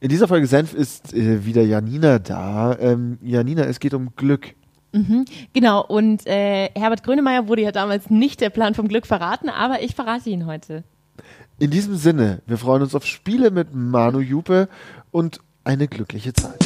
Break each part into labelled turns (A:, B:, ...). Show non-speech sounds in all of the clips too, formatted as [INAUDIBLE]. A: In dieser Folge Senf ist äh, wieder Janina da. Ähm, Janina, es geht um Glück.
B: Mhm, genau, und äh, Herbert Grönemeyer wurde ja damals nicht der Plan vom Glück verraten, aber ich verrate ihn heute.
A: In diesem Sinne, wir freuen uns auf Spiele mit Manu Jupe und eine glückliche Zeit.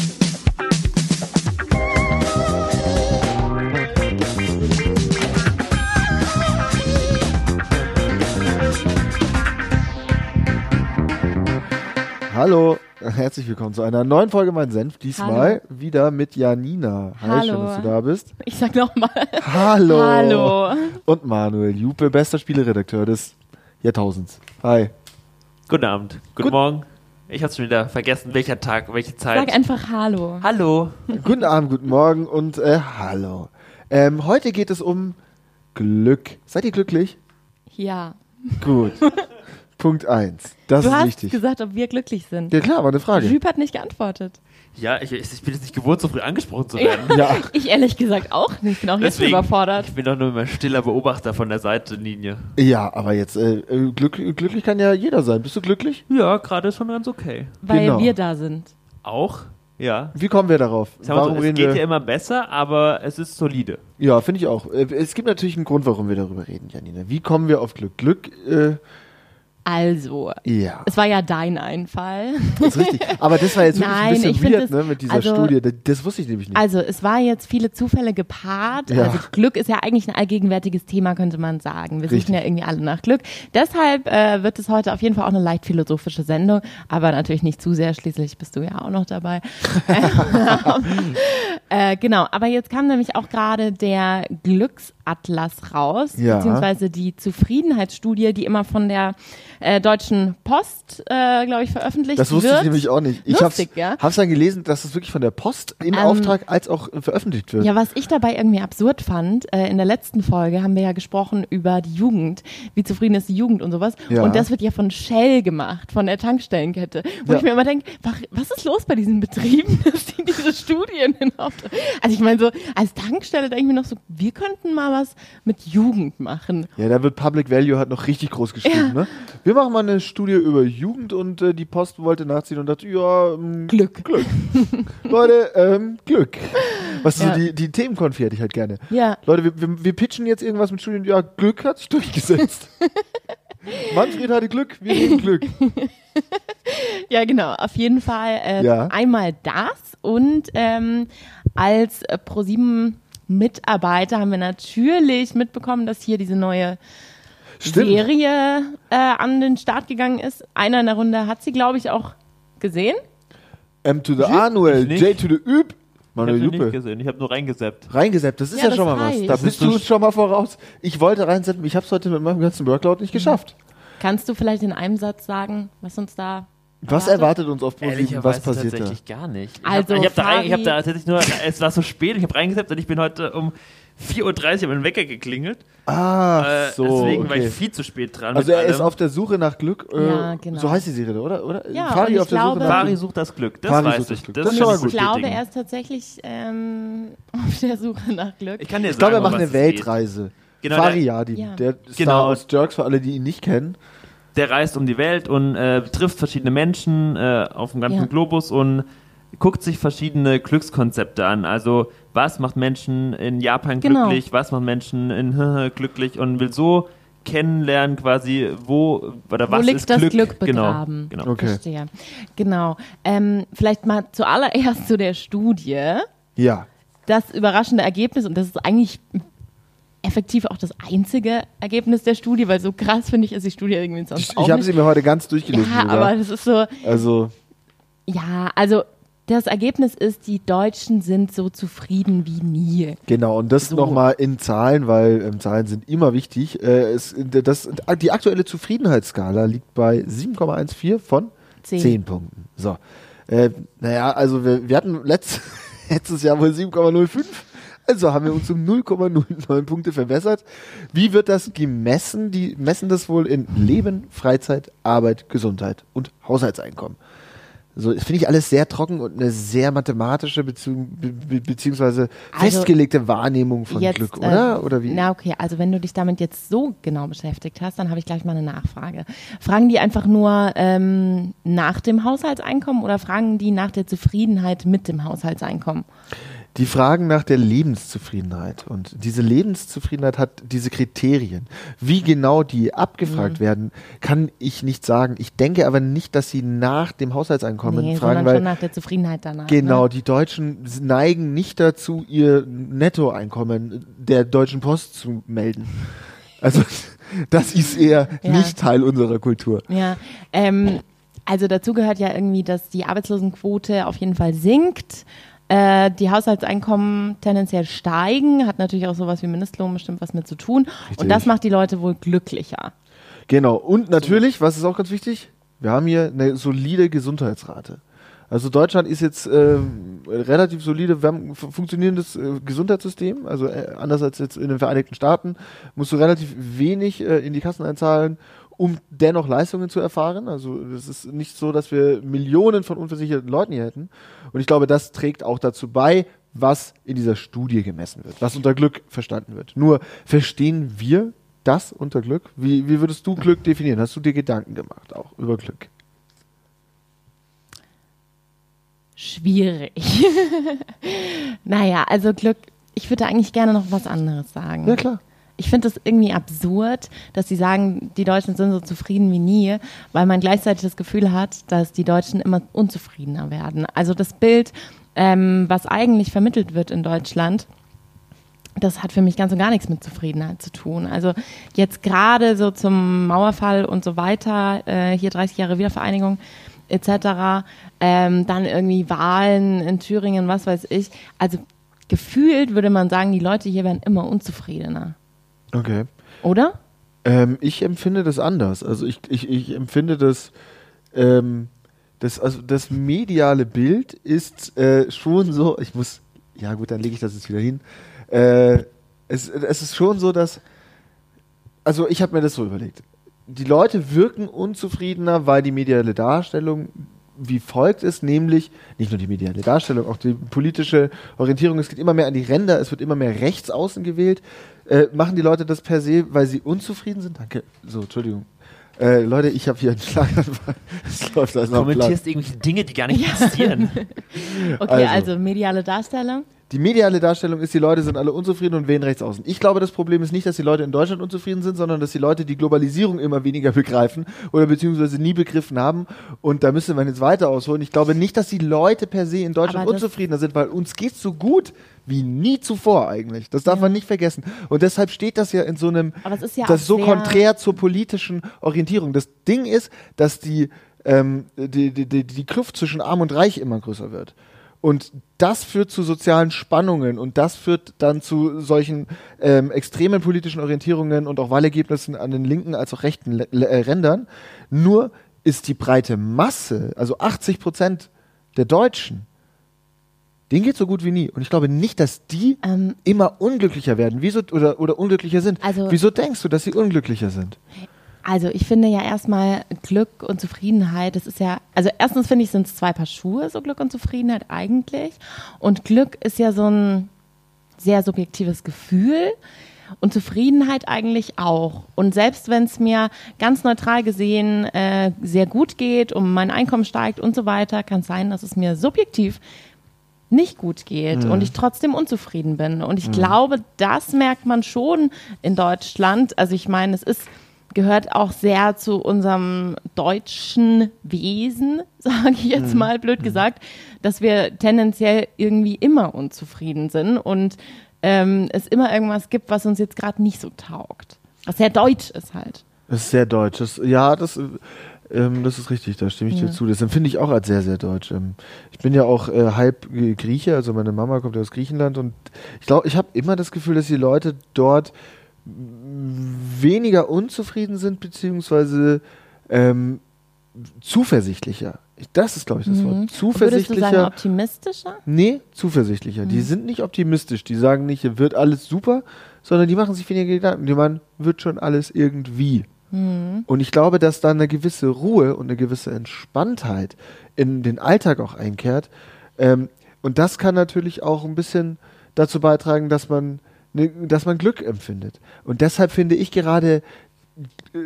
A: Hallo, herzlich willkommen zu einer neuen Folge Mein Senf. Diesmal wieder mit Janina. Hi, schön,
B: Hallo.
A: dass du da bist.
B: Ich sag nochmal.
A: Hallo.
B: Hallo.
A: Und Manuel Jupe, bester Spieleredakteur des Jahrtausends.
B: [LAUGHS]
A: Hi.
C: Guten Abend. Guten
A: Gut-
C: Morgen. Ich hab's schon wieder vergessen, welcher Tag, welche Zeit.
B: Sag einfach Hallo.
C: Hallo.
A: Guten Abend, guten Morgen und äh, hallo. Ähm, heute geht es um Glück. Seid ihr glücklich?
B: Ja. [LAUGHS]
A: Gut. Punkt 1. Das
B: du
A: ist
B: hast
A: wichtig.
B: gesagt, ob wir glücklich sind.
A: Ja klar, war eine Frage.
B: Jüp hat nicht geantwortet.
C: Ja, ich, ich bin jetzt nicht gewohnt, so früh angesprochen zu [LAUGHS] werden.
A: Ja,
B: Ich ehrlich gesagt auch nicht. Ich bin auch jetzt schon
C: Deswegen.
B: überfordert.
C: Ich bin doch nur immer stiller Beobachter von der Seitenlinie.
A: ja aber jetzt, äh, äh, glück, glücklich kann ja jeder sein. Bist du glücklich?
C: Ja, gerade ist schon ganz okay.
B: Weil
A: Genau.
B: wir da sind.
C: Auch? Ja.
A: Wie kommen wir darauf?
C: Ich sag mal so, es
A: reden
C: geht
A: wir?
C: ja immer besser, aber es ist solide.
A: Ja, finde ich auch. Äh, Es gibt natürlich einen Grund, warum wir darüber reden, Janine. Wie kommen wir auf Glück? Glück, äh,
B: Also,
A: ja,
B: es war ja dein Einfall.
A: ist richtig. Aber das war jetzt wirklich
B: Nein,
A: ein
B: ich
A: bisschen
B: find
A: weird,
B: es-
A: ne, mit dieser
B: also-
A: Studie. Das, das wusste ich nämlich nicht.
B: Also, es war jetzt viele Zufälle gepaart.
A: Ja.
B: Also, Glück ist ja eigentlich ein allgegenwärtiges Thema, könnte man sagen. Wir
A: Richtig.
B: suchen ja irgendwie alle nach Glück. Deshalb äh, wird es heute auf jeden Fall auch eine leicht philosophische Sendung, aber natürlich nicht zu sehr. Schließlich bist du ja auch
A: [LAUGHS]
B: noch dabei. [LAUGHS] Äh, genau, aber jetzt kam nämlich auch gerade der Glücksatlas raus,
A: Ja.
B: beziehungsweise die Zufriedenheitsstudie, die immer von der äh, Deutschen Post, äh, glaube ich, veröffentlicht
A: Das wusste
B: wird.
A: ich nämlich auch nicht. Ich
B: Lustig,
A: hab's,
B: ja?
A: hab's dann gelesen, dass es wirklich von der Post in
B: Ähm,
A: Auftrag als auch äh, veröffentlicht wird.
B: Ja, was ich dabei irgendwie absurd fand, äh, in der letzten Folge haben wir ja gesprochen über die Jugend, wie zufrieden ist die Jugend und sowas.
A: Ja.
B: Und das wird ja von Shell gemacht, von der Tankstellenkette. Wo
A: Ja.
B: ich mir immer denke, was ist los bei diesen Betrieben, [LAUGHS] dass die diese Studien in Auftrag. Also ich meine so, als Tankstelle denke ich mir noch so, wir könnten mal was mit Jugend machen.
A: Ja, da wird Public Value hat noch richtig groß geschrieben. Ne? Wir machen mal eine Studie über Jugend und äh, die Post wollte nachziehen und dachte, ja, ähm,
B: Glück.
A: Glück. [LAUGHS] Leute, ähm, Glück. Was
B: Ja.
A: so die, die Themenkonfi hätte ich halt gerne.
B: Ja.
A: Leute, wir, wir, wir pitchen jetzt irgendwas mit Studien. Ja, Glück hat sich
B: [LAUGHS]
A: durchgesetzt. Manfred hatte Glück, wir nehmen Glück.
B: Ja, genau. Auf jeden Fall äh,
A: Ja.
B: einmal das und ähm, als äh, ProSieben Mitarbeiter haben wir natürlich mitbekommen, dass hier diese neue
A: Stimmt.
B: Serie äh, an den Start gegangen ist. Einer in der Runde hat sie, glaube ich, auch gesehen.
A: M to the Anuel,
C: nicht.
A: J to the Üb.
C: Ich habe
A: Manuel
C: nicht
A: Juppe.
C: gesehen, ich habe nur reingesappt.
A: Reingesappt, das ist
B: Ja,
A: ja,
B: das
A: schon mal
B: reicht.
A: was.
B: Das
A: Da bist
C: ist
A: du
C: durch-
A: schon mal voraus. Ich wollte reinsetzen, ich habe es heute mit meinem ganzen Workload
C: Mhm.
A: nicht geschafft.
B: Kannst du vielleicht in einem Satz sagen, was uns da.
A: Was erwartet uns auf ProSieben? Was passiert da?
C: tatsächlich gar nicht. Ich
B: Also,
C: hab, ich hab da, rein- ich hab
B: Fabi-
C: da tatsächlich nur, es war so spät, ich habe reingesappt und ich bin heute um 4.30 Uhr an den Wecker geklingelt.
A: Ah,
C: Äh,
A: so.
C: deswegen war
A: okay.
C: ich viel zu spät dran.
A: also
C: mit
A: er ist
C: allem.
A: auf der Suche nach Glück. Äh,
B: Ja, genau.
A: So heißt die Serie, oder? oder?
B: Ja,
A: Fari
B: und ich
A: auf der
B: glaube-
A: Suche nach
C: Fari
A: Glück.
C: sucht das Glück. Das
A: Fari sucht
C: weiß
A: das
C: ich.
A: Glück.
C: Das,
A: Das
C: ist
A: ist schon mal
C: das
A: gut.
B: Ich glaube,
C: Ding.
B: er ist tatsächlich ähm, [LAUGHS] auf der Suche nach Glück.
C: Ich kann dir
A: Ich glaube, er
C: sagen, um
A: macht
C: was
A: eine
C: es geht.
A: Weltreise.
C: Genau,
A: Fari
C: der-
A: Yadi,
B: Ja.
A: der Star
C: Genau.
A: aus Jerks, für alle, die ihn nicht kennen.
C: Der reist um die Welt und äh, trifft verschiedene Menschen äh, auf dem ganzen
B: Ja.
C: Globus und guckt sich verschiedene Glückskonzepte an. Also was macht Menschen in Japan
B: Genau.
C: glücklich, was macht Menschen in [LAUGHS] glücklich und will so kennenlernen quasi, wo oder
B: Wo
C: was
B: liegt
C: ist
B: das
C: Glück.
B: Glück
C: genau.
B: begraben?
C: genau.
A: Okay.
B: Verstehe. Genau. Ähm, vielleicht mal zuallererst zu der Studie.
A: Ja.
B: das überraschende Ergebnis, und das ist eigentlich effektiv auch das einzige Ergebnis der Studie, weil so krass finde ich, ist die Studie irgendwie sonst
A: Ich
B: auch
A: habe
B: nicht.
A: sie mir heute ganz durchgelesen.
B: ja,
A: sogar.
B: aber das ist so,
A: also,
B: ja, also das Ergebnis ist, die Deutschen sind so zufrieden wie nie.
A: genau. Und das
B: So.
A: nochmal in Zahlen, weil ähm, Zahlen sind immer wichtig. Äh, es, das, die aktuelle Zufriedenheitsskala liegt bei 7,14 von
B: Zehn.
A: 10 Punkten. So. Äh, naja, also wir, wir hatten letzt, [LAUGHS] letztes Jahr wohl 7,05. Also haben wir uns um 0,09 Punkte verbessert. Wie wird das gemessen? Die messen das wohl in Leben, Freizeit, Arbeit, Gesundheit und Haushaltseinkommen. So, das finde ich alles sehr trocken und eine sehr mathematische bezieh- be be beziehungsweise
B: Also,
A: festgelegte Wahrnehmung von
B: Jetzt,
A: Glück,
B: äh,
A: oder? Oder wie?
B: Na okay, also wenn du dich damit jetzt so genau beschäftigt hast, dann habe ich gleich mal eine Nachfrage. Fragen die einfach nur ähm, nach dem Haushaltseinkommen oder fragen die nach der Zufriedenheit mit dem Haushaltseinkommen?
A: Die Fragen nach der Lebenszufriedenheit. Und diese Lebenszufriedenheit hat diese Kriterien. Wie genau die abgefragt
B: Mhm.
A: werden, kann ich nicht sagen. Ich denke aber nicht, dass sie nach dem Haushaltseinkommen
B: nee,
A: fragen,
B: sondern schon
A: weil
B: nach der Zufriedenheit danach.
A: genau
B: Ne?
A: die Deutschen neigen nicht dazu, ihr Nettoeinkommen der Deutschen Post zu melden. Also [LAUGHS] das ist eher
B: Ja.
A: nicht Teil unserer Kultur.
B: Ja, ähm, also dazu gehört ja irgendwie, dass die Arbeitslosenquote auf jeden Fall sinkt. Äh, die Haushaltseinkommen tendenziell steigen, hat natürlich auch sowas wie Mindestlohn bestimmt was mit zu tun.
A: Richtig.
B: Und das macht die Leute wohl glücklicher.
A: Genau. Und natürlich, was ist auch ganz wichtig, wir haben hier eine solide Gesundheitsrate. Also Deutschland ist jetzt ähm, relativ solide, wir haben ein fu- funktionierendes äh, Gesundheitssystem, also äh, anders als jetzt in den Vereinigten Staaten, musst du relativ wenig äh, in die Kassen einzahlen, um dennoch Leistungen zu erfahren. Also es ist nicht so, dass wir Millionen von unversicherten Leuten hier hätten. Und ich glaube, das trägt auch dazu bei, was in dieser Studie gemessen wird, was unter Glück verstanden wird. Nur verstehen wir das unter Glück? Wie, wie würdest du Glück definieren? Hast du dir Gedanken gemacht auch über Glück?
B: Schwierig. [LAUGHS] naja, also Glück, ich würde eigentlich gerne noch was anderes sagen.
A: Ja klar.
B: Ich finde das irgendwie absurd, dass sie sagen, die Deutschen sind so zufrieden wie nie, weil man gleichzeitig das Gefühl hat, dass die Deutschen immer unzufriedener werden. Also das Bild, ähm, was eigentlich vermittelt wird in Deutschland, das hat für mich ganz und gar nichts mit Zufriedenheit zu tun. Also jetzt gerade so zum Mauerfall und so weiter, äh, hier 30 Jahre Wiedervereinigung etc., ähm, dann irgendwie Wahlen in Thüringen, was weiß ich. Also gefühlt würde man sagen, die Leute hier werden immer unzufriedener.
A: Okay.
B: Oder?
A: Ähm, ich empfinde das anders. Also ich, ich, ich empfinde das, ähm, das, also das mediale Bild ist äh, schon so, ich muss, ja gut, dann lege ich das jetzt wieder hin. Äh, es, es ist schon so, dass, also ich habe mir das so überlegt. Die Leute wirken unzufriedener, weil die mediale Darstellung wie folgt ist, nämlich nicht nur die mediale Darstellung, auch die politische Orientierung, es geht immer mehr an die Ränder, es wird immer mehr rechts außen gewählt. Äh, machen die Leute das per se, weil sie unzufrieden sind? Danke. So, Entschuldigung. Äh, Leute, ich habe hier einen Schlaganfall. [LAUGHS] Es läuft alles
C: Du
A: nach Plan.
C: kommentierst irgendwelche Dinge, die gar nicht
B: [LAUGHS]
C: passieren.
B: Okay,
A: Also.
B: also, mediale Darsteller.
A: Die mediale Darstellung ist, die Leute sind alle unzufrieden und wählen rechts außen. Ich glaube, das Problem ist nicht, dass die Leute in Deutschland unzufrieden sind, sondern dass die Leute die Globalisierung immer weniger [LAUGHS] begreifen oder beziehungsweise nie begriffen haben. Und da müsste man jetzt weiter ausholen. Ich glaube nicht, dass die Leute per se in Deutschland
B: Aber das-
A: unzufriedener sind, weil uns geht's so gut wie nie zuvor eigentlich. Das darf man nicht vergessen. Und deshalb steht das ja in so einem,
B: Aber es ist ja
A: das
B: auch
A: so
B: sehr-
A: konträr zur politischen Orientierung. Das Ding ist, dass die, ähm, die, die, die, die Kluft zwischen Arm und Reich immer größer wird. Und das führt zu sozialen Spannungen und das führt dann zu solchen ähm, extremen politischen Orientierungen und auch Wahlergebnissen an den linken als auch rechten Le Le äh, Rändern. Nur ist die breite Masse, also 80 Prozent der Deutschen, denen geht so gut wie nie. Und ich glaube nicht, dass die
B: Ähm.
A: immer unglücklicher werden Wieso, oder, oder unglücklicher sind.
B: Also-
A: Wieso denkst du, dass sie unglücklicher sind?
B: Also ich finde ja erstmal Glück und Zufriedenheit, das ist ja, also erstens finde ich, sind es zwei Paar Schuhe, so Glück und Zufriedenheit eigentlich. Und Glück ist ja so ein sehr subjektives Gefühl und Zufriedenheit eigentlich auch. Und selbst wenn es mir ganz neutral gesehen äh, sehr gut geht und mein Einkommen steigt und so weiter, kann es sein, dass es mir subjektiv nicht gut geht und ich trotzdem unzufrieden bin. Und ich glaube, das merkt man schon in Deutschland. Also ich meine, es ist gehört auch sehr zu unserem deutschen Wesen, [LAUGHS] sage ich jetzt mal blöd gesagt, dass wir tendenziell irgendwie immer unzufrieden sind und ähm, es immer irgendwas gibt, was uns jetzt gerade nicht so taugt. Was sehr deutsch ist halt.
A: Das ist sehr deutsch. Das, ja, das, äh, ähm, das ist richtig, da stimme ich dir zu. Das empfinde ich auch als sehr, sehr deutsch. Ähm, ich bin ja auch äh, halb äh, Grieche, also meine Mama kommt ja aus Griechenland und ich glaube, ich habe immer das Gefühl, dass die Leute dort weniger unzufrieden sind, beziehungsweise ähm, zuversichtlicher. Ich- Das ist, glaube ich, das Wort.
B: Mhm. Würdest du sagen
A: Zuversichtlicher.
B: optimistischer?
A: Nee, zuversichtlicher.
B: Mhm.
A: Die sind nicht optimistisch. Die sagen nicht, hier wird alles super, sondern die machen sich weniger Gedanken. Die meinen, wird schon alles irgendwie.
B: Mhm.
A: Und ich glaube, dass da eine gewisse Ruhe und eine gewisse Entspanntheit in den Alltag auch einkehrt. Ähm, und das kann natürlich auch ein bisschen dazu beitragen, dass man, ne, dass man Glück empfindet. Und deshalb finde ich gerade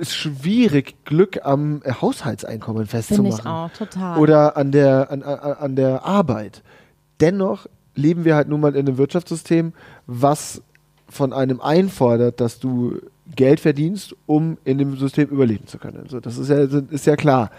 A: es schwierig, Glück am äh, Haushaltseinkommen
B: Finde
A: festzumachen
B: ich auch, total.
A: oder an der, an, an, an der Arbeit. Dennoch leben wir halt nun mal in einem Wirtschaftssystem, was von einem einfordert, dass du Geld verdienst, um in dem System überleben zu können. So, das ist ja, ist ja klar.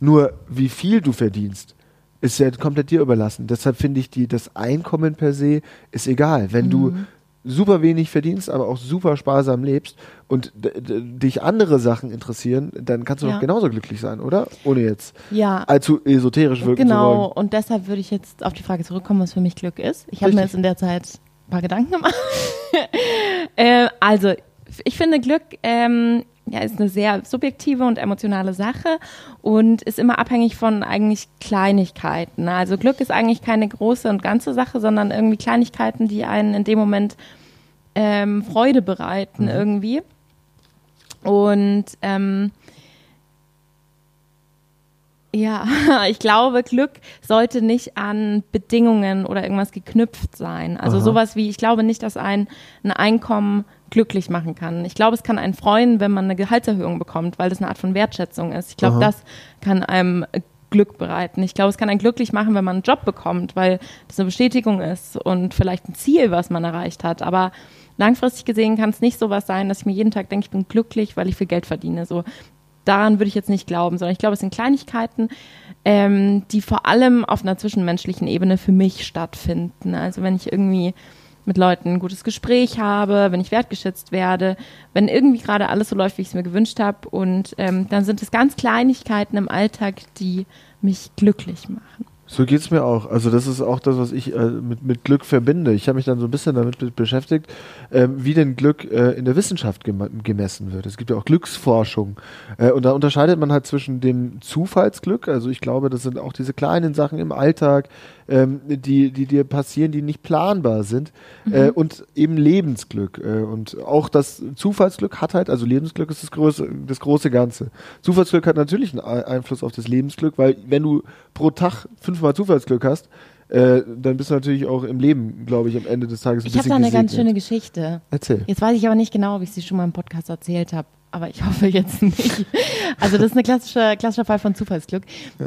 A: Nur wie viel du verdienst, ist ja komplett dir überlassen. Deshalb finde ich die, das Einkommen per se ist egal. Wenn du
B: Mhm.
A: super wenig verdienst, aber auch super sparsam lebst und d- d- dich andere Sachen interessieren, dann kannst du
B: Ja.
A: doch genauso glücklich sein, oder? Ohne jetzt
B: ja,
A: allzu esoterisch wirken zu
B: genau.
A: wollen.
B: Und deshalb würde ich jetzt auf die Frage zurückkommen, was für mich Glück ist. Ich habe mir
A: Richtig.
B: jetzt in der Zeit ein paar Gedanken gemacht. [LAUGHS] äh, also, f- ich finde Glück ähm, ja, ist eine sehr subjektive und emotionale Sache und ist immer abhängig von eigentlich Kleinigkeiten. Also Glück ist eigentlich keine große und ganze Sache, sondern irgendwie Kleinigkeiten, die einen in dem Moment ähm, Freude bereiten
A: Mhm.
B: irgendwie. Und ähm, ja, [LAUGHS] ich glaube, Glück sollte nicht an Bedingungen oder irgendwas geknüpft sein. Also
A: Aha.
B: sowas wie, ich glaube nicht, dass ein, ein Einkommen glücklich machen kann. Ich glaube, es kann einen freuen, wenn man eine Gehaltserhöhung bekommt, weil das eine Art von Wertschätzung ist. Ich glaube,
A: Aha.
B: das kann einem äh, Glück bereiten. Ich glaube, es kann einen glücklich machen, wenn man einen Job bekommt, weil das eine Bestätigung ist und vielleicht ein Ziel, was man erreicht hat. Aber langfristig gesehen kann es nicht sowas sein, dass ich mir jeden Tag denke, ich bin glücklich, weil ich viel Geld verdiene. So daran würde ich jetzt nicht glauben, sondern ich glaube, es sind Kleinigkeiten, ähm, die vor allem auf einer zwischenmenschlichen Ebene für mich stattfinden. Also wenn ich irgendwie mit Leuten ein gutes Gespräch habe, wenn ich wertgeschätzt werde, wenn irgendwie gerade alles so läuft, wie ich es mir gewünscht habe. Und ähm, dann sind es ganz Kleinigkeiten im Alltag, die mich glücklich machen.
A: So geht es mir auch. Also das ist auch das, was ich äh, mit, mit Glück verbinde. Ich habe mich dann so ein bisschen damit be- beschäftigt, ähm, wie denn Glück äh, in der Wissenschaft gem gemessen wird. Es gibt ja auch Glücksforschung. Äh, und da unterscheidet man halt zwischen dem Zufallsglück, also ich glaube, das sind auch diese kleinen Sachen im Alltag, ähm, die, die dir passieren, die nicht planbar sind,
B: Mhm.
A: äh, und eben Lebensglück. Äh, und auch das Zufallsglück hat halt, also Lebensglück ist das große, das große Ganze. Zufallsglück hat natürlich einen Ei- Einfluss auf das Lebensglück, weil wenn du pro Tag fünfmal Zufallsglück hast, äh, dann bist du natürlich auch im Leben, glaube ich, am Ende des Tages ein
B: Ich habe
A: bisschen
B: da eine
A: gesegnet.
B: ganz schöne Geschichte.
A: Erzähl.
B: Jetzt weiß ich aber nicht genau, ob ich sie schon mal im Podcast erzählt habe, aber ich hoffe jetzt nicht. Also das ist ein klassischer, klassischer Fall von Zufallsglück.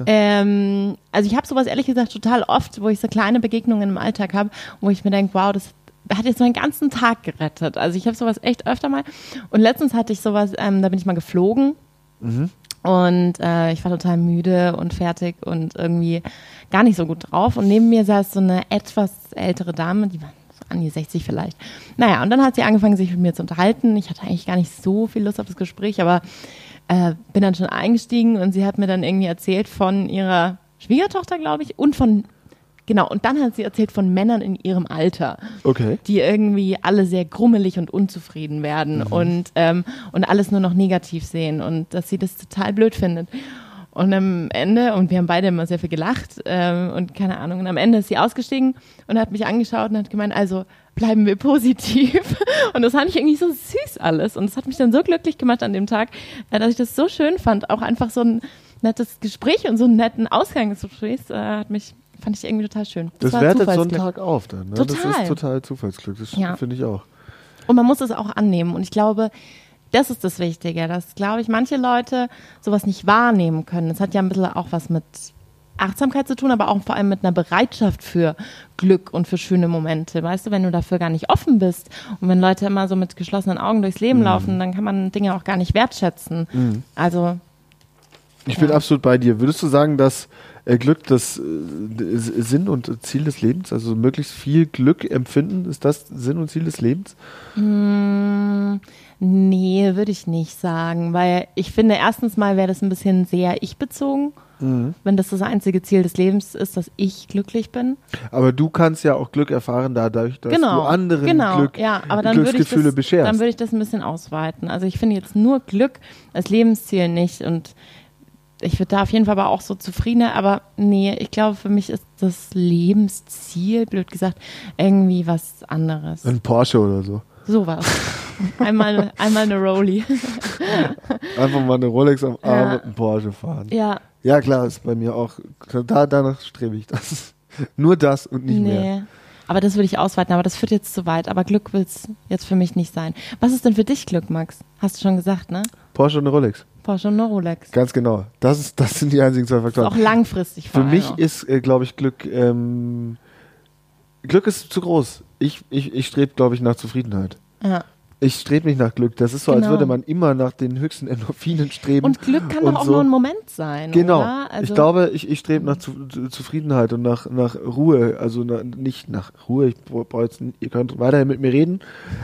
B: Ähm, also ich habe sowas ehrlich gesagt total oft, wo ich so kleine Begegnungen im Alltag habe, wo ich mir denke, wow, das hat jetzt meinen ganzen Tag gerettet. Also ich habe sowas echt öfter mal. Und letztens hatte ich sowas, ähm, da bin ich mal geflogen. Und äh, ich war total müde und fertig und irgendwie gar nicht so gut drauf. Und neben mir saß so eine etwas ältere Dame, die war so an die 60 vielleicht. Naja, und dann hat sie angefangen, sich mit mir zu unterhalten. Ich hatte eigentlich gar nicht so viel Lust auf das Gespräch, aber äh, bin dann schon eingestiegen und sie hat mir dann irgendwie erzählt von ihrer Schwiegertochter, glaube ich, und von, genau, und dann hat sie erzählt von Männern in ihrem Alter
A: Okay.
B: die irgendwie alle sehr grummelig und unzufrieden werden
A: Mhm.
B: und, ähm, und alles nur noch negativ sehen und dass sie das total blöd findet. Und am Ende, und wir haben beide immer sehr viel gelacht ähm, und keine Ahnung, und am Ende ist sie ausgestiegen und hat mich angeschaut und hat gemeint, also bleiben wir positiv. [LAUGHS] Und das fand ich irgendwie so süß alles. Und das hat mich dann so glücklich gemacht an dem Tag, äh, dass ich das so schön fand. Auch einfach so ein nettes Gespräch und so einen netten Ausgang des Gesprächs äh, hat mich, fand ich irgendwie total schön.
A: Das,
B: war
A: wertet so einen
B: Zufallsglück.
A: Tag auf dann. Ne? Das
B: Total.
A: ist total Zufallsglück. Das
B: Ja.
A: finde ich auch.
B: Und man muss es auch annehmen. Und ich glaube, das ist das Wichtige, dass, glaube ich, manche Leute sowas nicht wahrnehmen können. Das hat ja ein bisschen auch was mit Achtsamkeit zu tun, aber auch vor allem mit einer Bereitschaft für Glück und für schöne Momente. Weißt du, wenn du dafür gar nicht offen bist und wenn Leute immer so mit geschlossenen Augen durchs Leben laufen, dann kann man Dinge auch gar nicht wertschätzen. Also,
A: Ich bin absolut bei dir. Würdest du sagen, dass äh, Glück das äh, d- S- Sinn und Ziel des Lebens, also möglichst viel Glück empfinden, ist das Sinn und Ziel des Lebens?
B: nee, würde ich nicht sagen, weil ich finde, erstens mal wäre das ein bisschen sehr ich-bezogen, wenn das das einzige Ziel des Lebens ist, dass ich glücklich bin.
A: Aber du kannst ja auch Glück erfahren dadurch, dass
B: genau,
A: du anderen
B: genau,
A: Glück,
B: ja, aber dann
A: Glücksgefühle
B: würde ich das,
A: bescherst.
B: Dann würde ich das ein bisschen ausweiten. Also ich finde jetzt nur Glück als Lebensziel nicht und ich würde da auf jeden Fall aber auch so zufriedener, aber nee, ich glaube, für mich ist das Lebensziel, blöd gesagt, irgendwie was anderes.
A: Ein Porsche oder so. [LAUGHS]
B: Sowas. Einmal, einmal eine Rolli.
A: Einfach mal eine Rolex am Arm
B: Ja.
A: und einen Porsche fahren.
B: ja,
A: Ja, klar, ist bei mir auch. Da, danach strebe ich das. [LAUGHS] Nur das und nicht
B: nee.
A: mehr.
B: Aber das würde ich ausweiten, aber das führt jetzt zu weit. Aber Glück will es jetzt für mich nicht sein. Was ist denn für dich Glück, Max? Hast du schon gesagt, ne?
A: Porsche und eine Rolex.
B: Porsche und eine Rolex.
A: Ganz genau. Das, ist, das sind die einzigen zwei Faktoren.
B: Auch langfristig vor
A: Für
B: allem
A: mich
B: auch.
A: ist, äh, glaube ich, Glück. Ähm, Glück ist zu groß. Ich, ich, ich strebe, glaube ich, nach Zufriedenheit.
B: Ja.
A: Ich strebe nicht nach Glück. Das ist so, als
B: Genau.
A: würde man immer nach den höchsten Endorphinen streben.
B: Und Glück kann
A: und
B: doch auch
A: so.
B: nur ein Moment sein.
A: Genau.
B: Oder? Also,
A: ich glaube, ich, ich strebe nach zu, zu, Zufriedenheit und nach, nach Ruhe. Also na, nicht nach Ruhe. Ich, bra- brauch jetzt, n- ihr könnt weiterhin mit mir reden,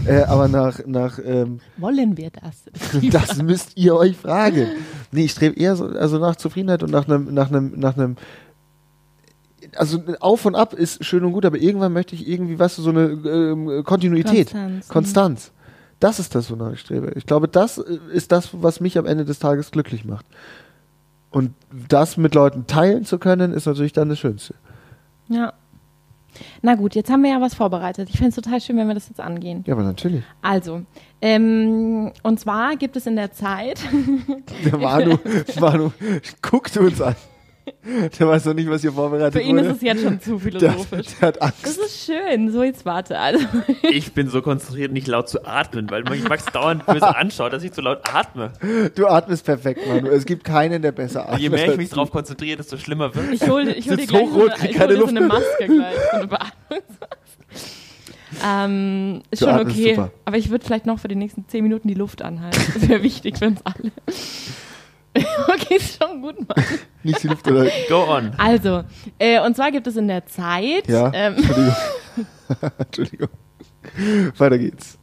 A: äh, aber nach, nach ähm,
B: wollen wir
A: [LAUGHS]
B: das? [LAUGHS]
A: das müsst ihr euch fragen. Nee, ich strebe eher so, also nach Zufriedenheit und nach einem, nach einem, nach einem. Also auf und ab ist schön und gut, aber irgendwann möchte ich irgendwie, weißt du, so eine ähm, Kontinuität.
B: Konstanz. mhm.
A: Konstanz. Das ist das, wonach ich strebe. Ich glaube, das äh, ist das, was mich am Ende des Tages glücklich macht. Und das mit Leuten teilen zu können, ist natürlich dann das Schönste.
B: Ja. Na gut, jetzt haben wir ja was vorbereitet. Ich finde es total schön, wenn wir das jetzt angehen.
A: Ja, aber natürlich.
B: Also, ähm, und zwar gibt es in
A: [LAUGHS]
B: der Zeit,
A: Der
B: [LAUGHS]
A: Manu, Manu guckt uns an. Der weiß noch nicht, was hier vorbereitet
B: für ihn
A: wurde.
B: ist es jetzt schon zu
A: der,
B: philosophisch.
A: der hat Angst.
B: Das ist schön. So, jetzt warte. Also,
C: Ich bin so konzentriert, nicht laut zu atmen, weil mich Max dauernd böse anschaut, dass ich zu laut atme.
A: Du atmest perfekt, Manu. Es gibt keinen, der besser atmet. [LAUGHS]
C: Je mehr ich mich darauf konzentriere, desto schlimmer wird
B: ich hole ich hol dir
A: Sitzt
B: gleich so
A: hochrot,
B: eine,
A: krieg
B: ich hol
A: keine
B: dir so eine
A: Luft.
B: Maske gleich, so eine Beatmungsmaske. Ähm, ist
A: Du
B: schon
A: atmest
B: okay,
A: super.
B: aber ich würde vielleicht noch für die nächsten zehn Minuten die Luft anhalten. Das wäre wichtig für uns alle. [LAUGHS] okay, ist schon gut, Mann.
A: Nicht die Luft oder.
C: Go on.
B: Also, äh, und zwar gibt es in der Zeit,
A: Ja.
B: ähm,
C: [LAUGHS]
A: Entschuldigung. Entschuldigung. Weiter geht's.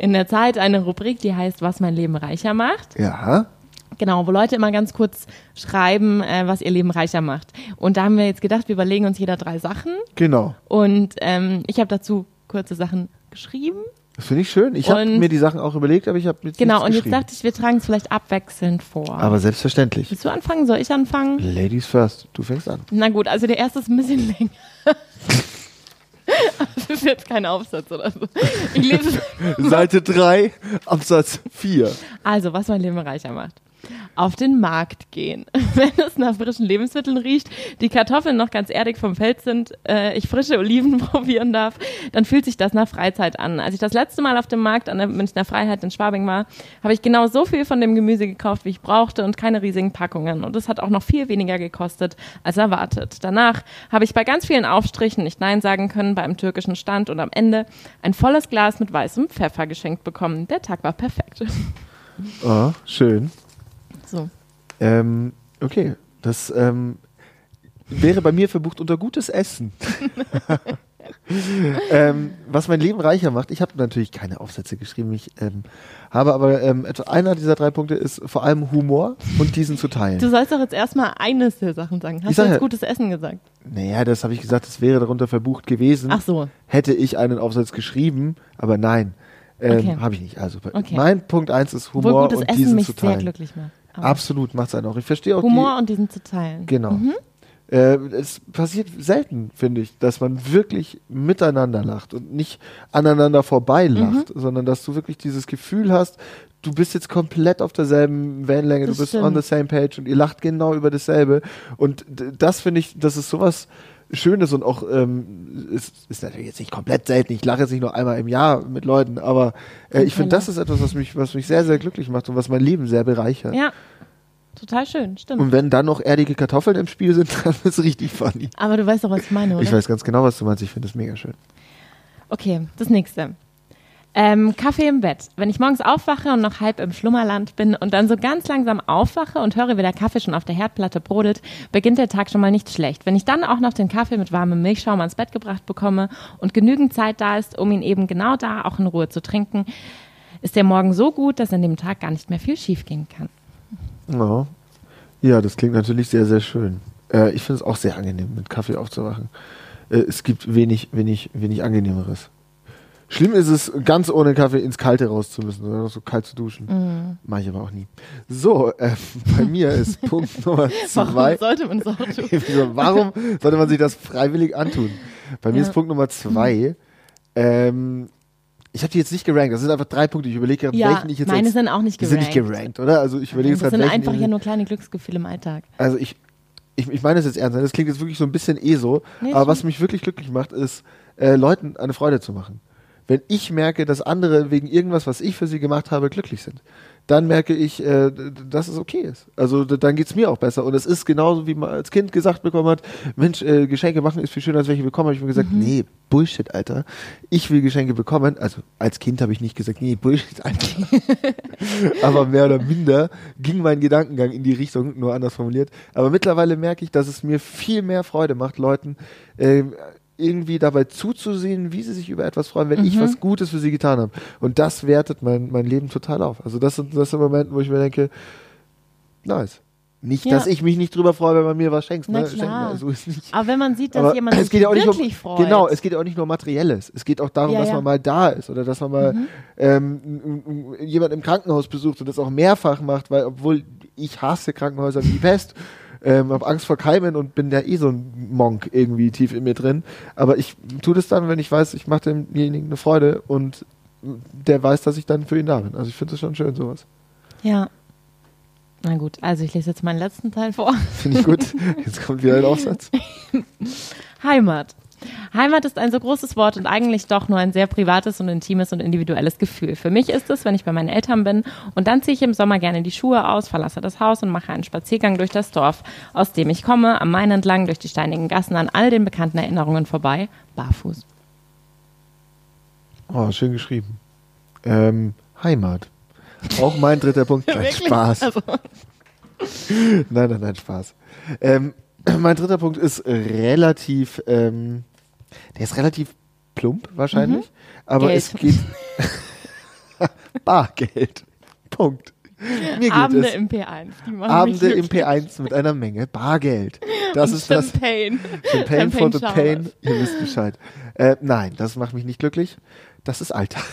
B: in der Zeit eine Rubrik, die heißt, was mein Leben reicher macht.
A: Ja.
B: Genau, wo Leute immer ganz kurz schreiben, äh, was ihr Leben reicher macht. Und da haben wir jetzt gedacht, wir überlegen uns jeder drei Sachen.
A: Genau.
B: Und ähm, ich habe dazu kurze Sachen geschrieben.
A: Das finde ich schön. Ich habe
B: Und-
A: mir die Sachen auch überlegt, aber ich habe jetzt
B: Genau,
A: nichts
B: und jetzt
A: geschrieben.
B: dachte ich, wir tragen es vielleicht abwechselnd vor.
A: aber selbstverständlich.
B: Willst du anfangen? Soll ich anfangen?
A: Ladies first. Du fängst an.
B: Na gut, also der erste ist ein bisschen [LAUGHS] länger. Das ist jetzt kein Aufsatz oder so. Ich lese.
A: Seite 3, Absatz 4.
B: Also, was mein Leben reicher macht. Auf den Markt gehen. [LAUGHS] Wenn es nach frischen Lebensmitteln riecht, die Kartoffeln noch ganz erdig vom Feld sind, äh, ich frische Oliven [LAUGHS] probieren darf, dann fühlt sich das nach Freizeit an. Als ich das letzte Mal auf dem Markt an der Münchner Freiheit in Schwabing war, habe ich genau so viel von dem Gemüse gekauft, wie ich brauchte und keine riesigen Packungen. Und es hat auch noch viel weniger gekostet, als erwartet. Danach habe ich bei ganz vielen Aufstrichen nicht Nein sagen können bei einem türkischen Stand und am Ende ein volles Glas mit weißem Pfeffer geschenkt bekommen. Der Tag war perfekt.
A: Oh, schön.
B: So.
A: Ähm, okay. Das ähm, wäre bei mir verbucht unter gutes
B: [LAUGHS]
A: Essen. ähm, was mein Leben reicher macht, ich habe natürlich keine Aufsätze geschrieben, ich ähm, habe aber ähm, etwa einer dieser drei Punkte ist vor allem Humor und diesen zu teilen.
B: Du sollst doch jetzt erstmal eines der Sachen sagen. Hast
A: Ich sag
B: du
A: ja-
B: jetzt gutes Essen gesagt?
A: naja, das habe ich gesagt, das wäre darunter verbucht gewesen,
B: Ach so.
A: hätte ich einen Aufsatz geschrieben, aber nein, ähm,
B: Okay.
A: habe ich nicht. Also bei-
B: Okay.
A: mein Punkt eins ist
B: Obwohl
A: Humor
B: gutes
A: und
B: Essen
A: diesen
B: mich
A: zu
B: sehr
A: teilen.
B: glücklich macht. Aber
A: Absolut, macht's einen auch. Ich verstehe auch die,
B: Humor und diesen zu teilen.
A: Genau. Äh, es passiert selten, finde ich, dass man wirklich miteinander lacht und nicht aneinander vorbei
B: Mhm.
A: lacht, sondern dass du wirklich dieses Gefühl hast, du bist jetzt komplett auf derselben Wellenlänge,
B: Das
A: du bist
B: stimmt.
A: on the same page und ihr lacht genau über dasselbe. Und d- das finde ich, das ist sowas Schönes und auch, ähm, ist, ist natürlich jetzt nicht komplett selten. Ich lache jetzt nicht nur einmal im Jahr mit Leuten, aber äh, ich finde, das ist etwas, was mich, was mich sehr, sehr glücklich macht und was mein Leben sehr bereichert.
B: Ja. Total schön, stimmt.
A: Und wenn dann noch erdige Kartoffeln im Spiel sind, [LAUGHS] dann ist es richtig funny.
B: Aber du weißt doch, was ich meine, oder?
A: Ich weiß ganz genau, was du meinst. Ich finde das mega schön.
B: Okay, das nächste. Ähm, Kaffee im Bett. Wenn ich morgens aufwache und noch halb im Schlummerland bin und dann so ganz langsam aufwache und höre, wie der Kaffee schon auf der Herdplatte brodelt, beginnt der Tag schon mal nicht schlecht. Wenn ich dann auch noch den Kaffee mit warmem Milchschaum ans Bett gebracht bekomme und genügend Zeit da ist, um ihn eben genau da auch in Ruhe zu trinken, ist der Morgen so gut, dass an dem Tag gar nicht mehr viel schiefgehen kann.
A: Ja, ja das klingt natürlich sehr, sehr schön. Äh, ich finde es auch sehr angenehm, mit Kaffee aufzuwachen. Äh, es gibt wenig, wenig, wenig angenehmeres. Schlimm ist es, ganz ohne Kaffee ins Kalte raus zu müssen oder noch so kalt zu duschen. Mache ich aber auch nie. So, äh, bei mir ist Punkt Nummer zwei.
B: sollte man so tun?
A: [LAUGHS] Wieso, Warum sollte man sich das freiwillig antun? Bei mir
B: Ja. Mhm.
A: ist Punkt Nummer zwei. Ähm, Ich habe die jetzt nicht gerankt. Das sind einfach drei Punkte. Ich überlege gerade,
B: Ja,
A: welchen ich jetzt.
B: meine
A: als,
B: sind auch nicht
A: die sind nicht
B: gerankt.
A: gerankt, oder? Also ich überlege jetzt
B: das
A: gerade,
B: sind
A: welchen.
B: einfach
A: ich-
B: ja nur kleine Glücksgefühle im Alltag.
A: Also ich, ich, ich meine das jetzt ernst. ne? Das klingt jetzt wirklich so ein bisschen eh so.
B: Nee,
A: aber
B: schon.
A: was mich wirklich glücklich macht, ist, äh, Leuten eine Freude zu machen. Wenn ich merke, dass andere wegen irgendwas, was ich für sie gemacht habe, glücklich sind, dann merke ich, äh, d- d- dass es okay ist. Also d- dann geht's mir auch besser. Und es ist genauso, wie man als Kind gesagt bekommen hat, Mensch, äh, Geschenke machen ist viel schöner, als welche bekommen. Habe ich mir gesagt,
B: Mhm.
A: nee, Bullshit, Alter. Ich will Geschenke bekommen. Also als Kind habe ich nicht gesagt, nee, Bullshit, [LAUGHS] Alter aber mehr oder minder ging mein Gedankengang in die Richtung, nur anders formuliert. Aber mittlerweile merke ich, dass es mir viel mehr Freude macht, Leuten ähm, irgendwie dabei zuzusehen, wie sie sich über etwas freuen, wenn
B: Mhm.
A: ich was Gutes für sie getan habe. Und das wertet mein, mein Leben total auf. Also das sind, das sind Momente, wo ich mir denke, nice. Nicht,
B: Ja.
A: dass ich mich nicht drüber freue, wenn man mir was schenkt.
B: Na
A: Ne?
B: klar.
A: Schenken, also ist nicht.
B: Aber wenn man sieht, dass
A: Aber
B: jemand sich
A: es geht ja auch nicht
B: wirklich
A: um,
B: freut.
A: Genau, es geht ja auch nicht nur um Materielles. Es geht auch darum,
B: Ja,
A: dass
B: ja. Mhm.
A: man mal da ist oder dass man mal ähm, m- m- m- jemand im Krankenhaus besucht und das auch mehrfach macht, weil obwohl ich hasse Krankenhäuser wie die Pest, ähm, habe Angst vor Keimen und bin ja eh so ein Monk irgendwie tief in mir drin. Aber ich tue das dann, wenn ich weiß, ich mache demjenigen eine Freude und der weiß, dass ich dann für ihn da bin. Also ich finde es schon schön, sowas.
B: ja. Na gut, also ich lese jetzt meinen letzten Teil vor. [LAUGHS]
A: Finde ich gut. Jetzt kommt wieder ein Aufsatz.
B: Heimat. Heimat ist ein so großes Wort und eigentlich doch nur ein sehr privates und intimes und individuelles Gefühl. Für mich ist es, wenn ich bei meinen Eltern bin und dann ziehe ich im Sommer gerne die Schuhe aus, verlasse das Haus und mache einen Spaziergang durch das Dorf, aus dem ich komme, am Main entlang, durch die steinigen Gassen, an all den bekannten Erinnerungen vorbei, barfuß.
A: Oh, schön geschrieben. Ähm, Heimat. Auch mein dritter Punkt.
B: [LAUGHS]
A: Nein, Spaß.
B: Also.
A: [LAUGHS] Nein, nein, nein, Spaß. Ähm, [CLEARS THROAT] mein dritter Punkt ist relativ, ähm, der ist relativ plump wahrscheinlich, aber
B: Mhm. Geld.
A: es
B: [LAUGHS]
A: geht Bargeld. Punkt. Mir geht
B: Abende
A: es.
B: im P1. Die machen
A: Abende
B: mich
A: im P1 mit einer Menge Bargeld. Das ist das
B: Champagne.
A: Champagne for the
B: Champagne
A: pain. Ihr wisst Bescheid. Äh, nein, das macht mich nicht glücklich. Das ist Alltag.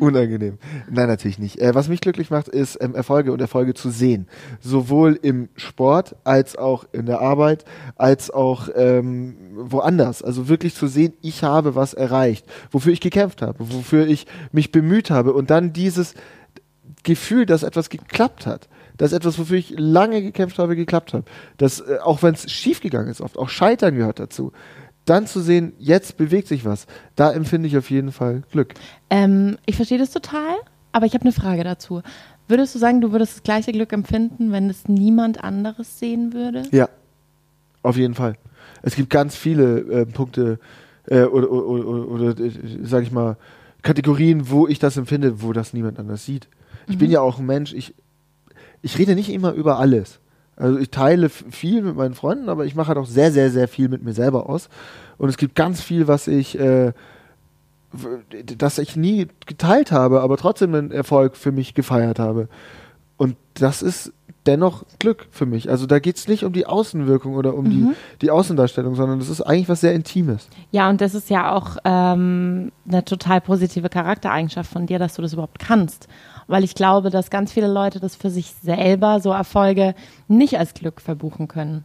A: Unangenehm. Nein, natürlich nicht. Äh, was mich glücklich macht, ist ähm, Erfolge und Erfolge zu sehen. Sowohl im Sport als auch in der Arbeit, als auch ähm, woanders. Also wirklich zu sehen, ich habe was erreicht, wofür ich gekämpft habe, wofür ich mich bemüht habe. Und dann dieses Gefühl, dass etwas geklappt hat. Dass etwas, wofür ich lange gekämpft habe, geklappt hat. Dass, äh, auch wenn es schiefgegangen ist oft, auch Scheitern gehört dazu. Dann zu sehen, jetzt bewegt sich was. Da empfinde ich auf jeden Fall Glück.
B: Ähm, ich verstehe das total, aber ich habe eine Frage dazu. Würdest du sagen, du würdest das gleiche Glück empfinden, wenn es niemand anderes sehen würde?
A: Ja, auf jeden Fall. Es gibt ganz viele äh, Punkte äh, oder, oder, oder, oder äh, sag ich mal, Kategorien, wo ich das empfinde, wo das niemand anders sieht. Ich bin ja auch ein Mensch, ich, ich rede nicht immer über alles. Also ich teile f- viel mit meinen Freunden, aber ich mache halt auch sehr, sehr, sehr viel mit mir selber aus. Und es gibt ganz viel, was ich, äh, w- das ich nie geteilt habe, aber trotzdem einen Erfolg für mich gefeiert habe. Und das ist dennoch Glück für mich. Also da geht es nicht um die Außenwirkung oder um
B: Mhm.
A: die, die Außendarstellung, sondern das ist eigentlich was sehr Intimes.
B: Ja, und das ist ja auch ähm, eine total positive Charaktereigenschaft von dir, dass du das überhaupt kannst. Weil ich glaube, dass ganz viele Leute das für sich selber so Erfolge nicht als Glück verbuchen können.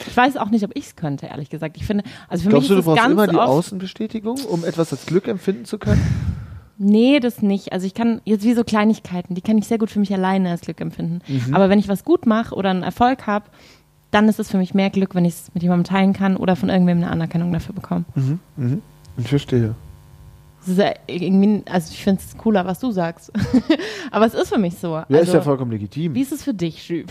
B: Ich weiß auch nicht, ob ich es könnte, ehrlich gesagt. Ich finde, also für
A: Glaubst du,
B: mich
A: du
B: ist es
A: brauchst
B: ganz
A: immer die
B: oft,
A: Außenbestätigung, um etwas als Glück empfinden zu können?
B: Nee, das nicht. Also ich kann jetzt wie so Kleinigkeiten, die kann ich sehr gut für mich alleine als Glück empfinden.
A: Mhm.
B: Aber wenn ich was gut mache oder einen Erfolg habe, dann ist es für mich mehr Glück, wenn ich es mit jemandem teilen kann oder von irgendwem eine Anerkennung dafür bekomme.
A: Mhm. Ich verstehe.
B: Das ist ja irgendwie, also ich finde es cooler, was du sagst. [LAUGHS] Aber es ist für mich so.
A: Ja, ist
B: also,
A: ja vollkommen legitim.
B: wie ist es für dich, Schüb?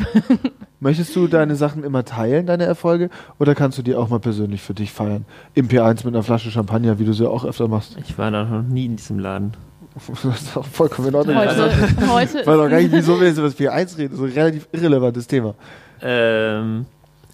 A: Möchtest du deine Sachen immer teilen, deine Erfolge, oder kannst du die auch mal persönlich für dich feiern? Im P1 mit einer Flasche Champagner, wie du sie auch öfter machst.
C: Ich war da noch nie in diesem Laden.
A: [LAUGHS] Das ist auch vollkommen in Ordnung.
B: Heute, [LAUGHS]
A: [LAUGHS]
C: also,
B: heute
A: Ich weiß auch gar
B: ist
A: nicht, wieso wir jetzt über das P1 reden. Das ist ein relativ irrelevantes Thema.
C: Ähm,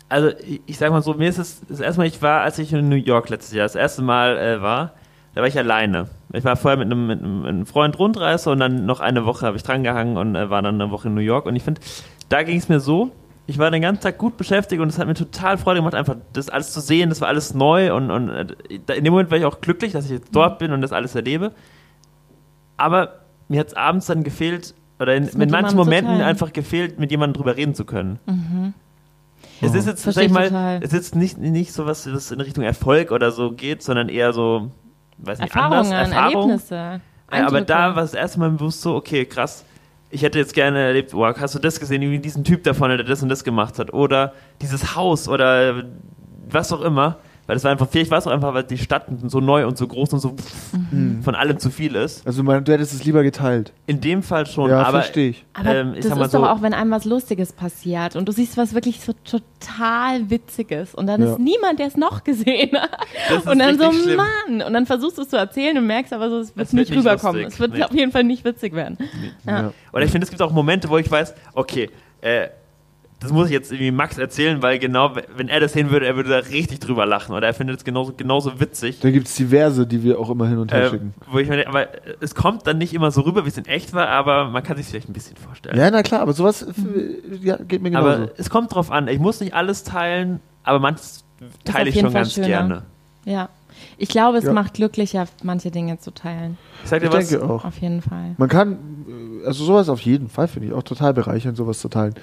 C: also ich, ich sag mal so, mir ist es das erste Mal, ich war, als ich in New York letztes Jahr das erste Mal äh, war, da war ich alleine. Ich war vorher mit einem, mit einem, mit einem Freund Rundreise und dann noch eine Woche habe ich drangehangen und äh, war dann eine Woche in New York. Und ich finde, da ging es mir so, ich war den ganzen Tag gut beschäftigt und es hat mir total Freude gemacht, einfach das alles zu sehen, das war alles neu und, und äh, da- in dem Moment war ich auch glücklich, dass ich jetzt dort bin und das alles erlebe. Aber mir hat es abends dann gefehlt, oder in,
B: Das mit
C: in
B: jemandem
C: manchen
B: zu
C: Momenten
B: teilen.
C: einfach gefehlt, mit jemandem drüber reden zu können.
A: Oh.
C: Es ist jetzt,
B: Versteh
C: sag ich
B: ich
C: mal,
B: total.
C: es ist nicht, nicht so was, was in Richtung Erfolg oder so geht, sondern eher so weiß nicht,
B: Erfahrungen,
C: anders, Erfahrung.
B: Erlebnisse.
C: Ja, aber da
B: Eindrücke.
C: war das erste Mal bewusst so, okay, krass, ich hätte jetzt gerne erlebt, wow, hast du das gesehen, irgendwie diesen Typ da vorne, der das und das gemacht hat, oder dieses Haus oder was auch immer, weil das war einfach, vielleicht war es auch einfach, weil die Stadt so neu und so groß und so
B: Mhm.
C: von allem zu viel ist.
A: Also man, du hättest es lieber geteilt.
C: In dem Fall schon,
A: ja,
C: aber
A: verstehe ich.
B: Aber
C: ähm, ich
B: das
C: sag mal
B: ist
C: so,
B: doch auch, wenn einem was Lustiges passiert und du siehst was wirklich so total Witziges und dann
A: Ja.
B: ist niemand, der es noch [LAUGHS] gesehen hat.
C: das ist
B: Und dann so,
C: richtig schlimm.
B: Mann! Und dann versuchst du es zu erzählen und merkst aber so, es wird
C: Es wird
B: nicht
C: nicht
B: rüberkommen.
C: lustig.
B: Es wird
C: Nee.
B: auf jeden Fall nicht witzig werden. Ja.
A: Ja.
C: Oder ich finde, es gibt auch Momente, wo ich weiß, okay, äh, das muss ich jetzt irgendwie Max erzählen, weil genau, w- wenn er das sehen würde, er würde da richtig drüber lachen oder er findet es genauso, genauso witzig.
A: Da gibt es diverse, die wir auch immer hin und her
C: Äh,
A: schicken.
C: wo ich meine, aber äh, es kommt dann nicht immer so rüber, wie es in echt war, aber man kann sich vielleicht ein bisschen vorstellen.
A: Ja, na klar, aber sowas äh, ja, geht mir genauso.
C: aber es kommt drauf an. Ich muss nicht alles teilen, aber manches
B: auf
C: teile ich
B: jeden
C: schon
B: Fall
C: ganz
B: schöner.
C: gerne.
B: Ja. Ich glaube, es
A: Ja.
B: macht glücklicher, manche Dinge zu teilen.
C: Ich sag dir
A: ich
C: was,
A: denke auch.
B: Auf jeden Fall.
A: Man kann, äh, also sowas auf jeden Fall finde ich auch total bereichernd, sowas zu teilen.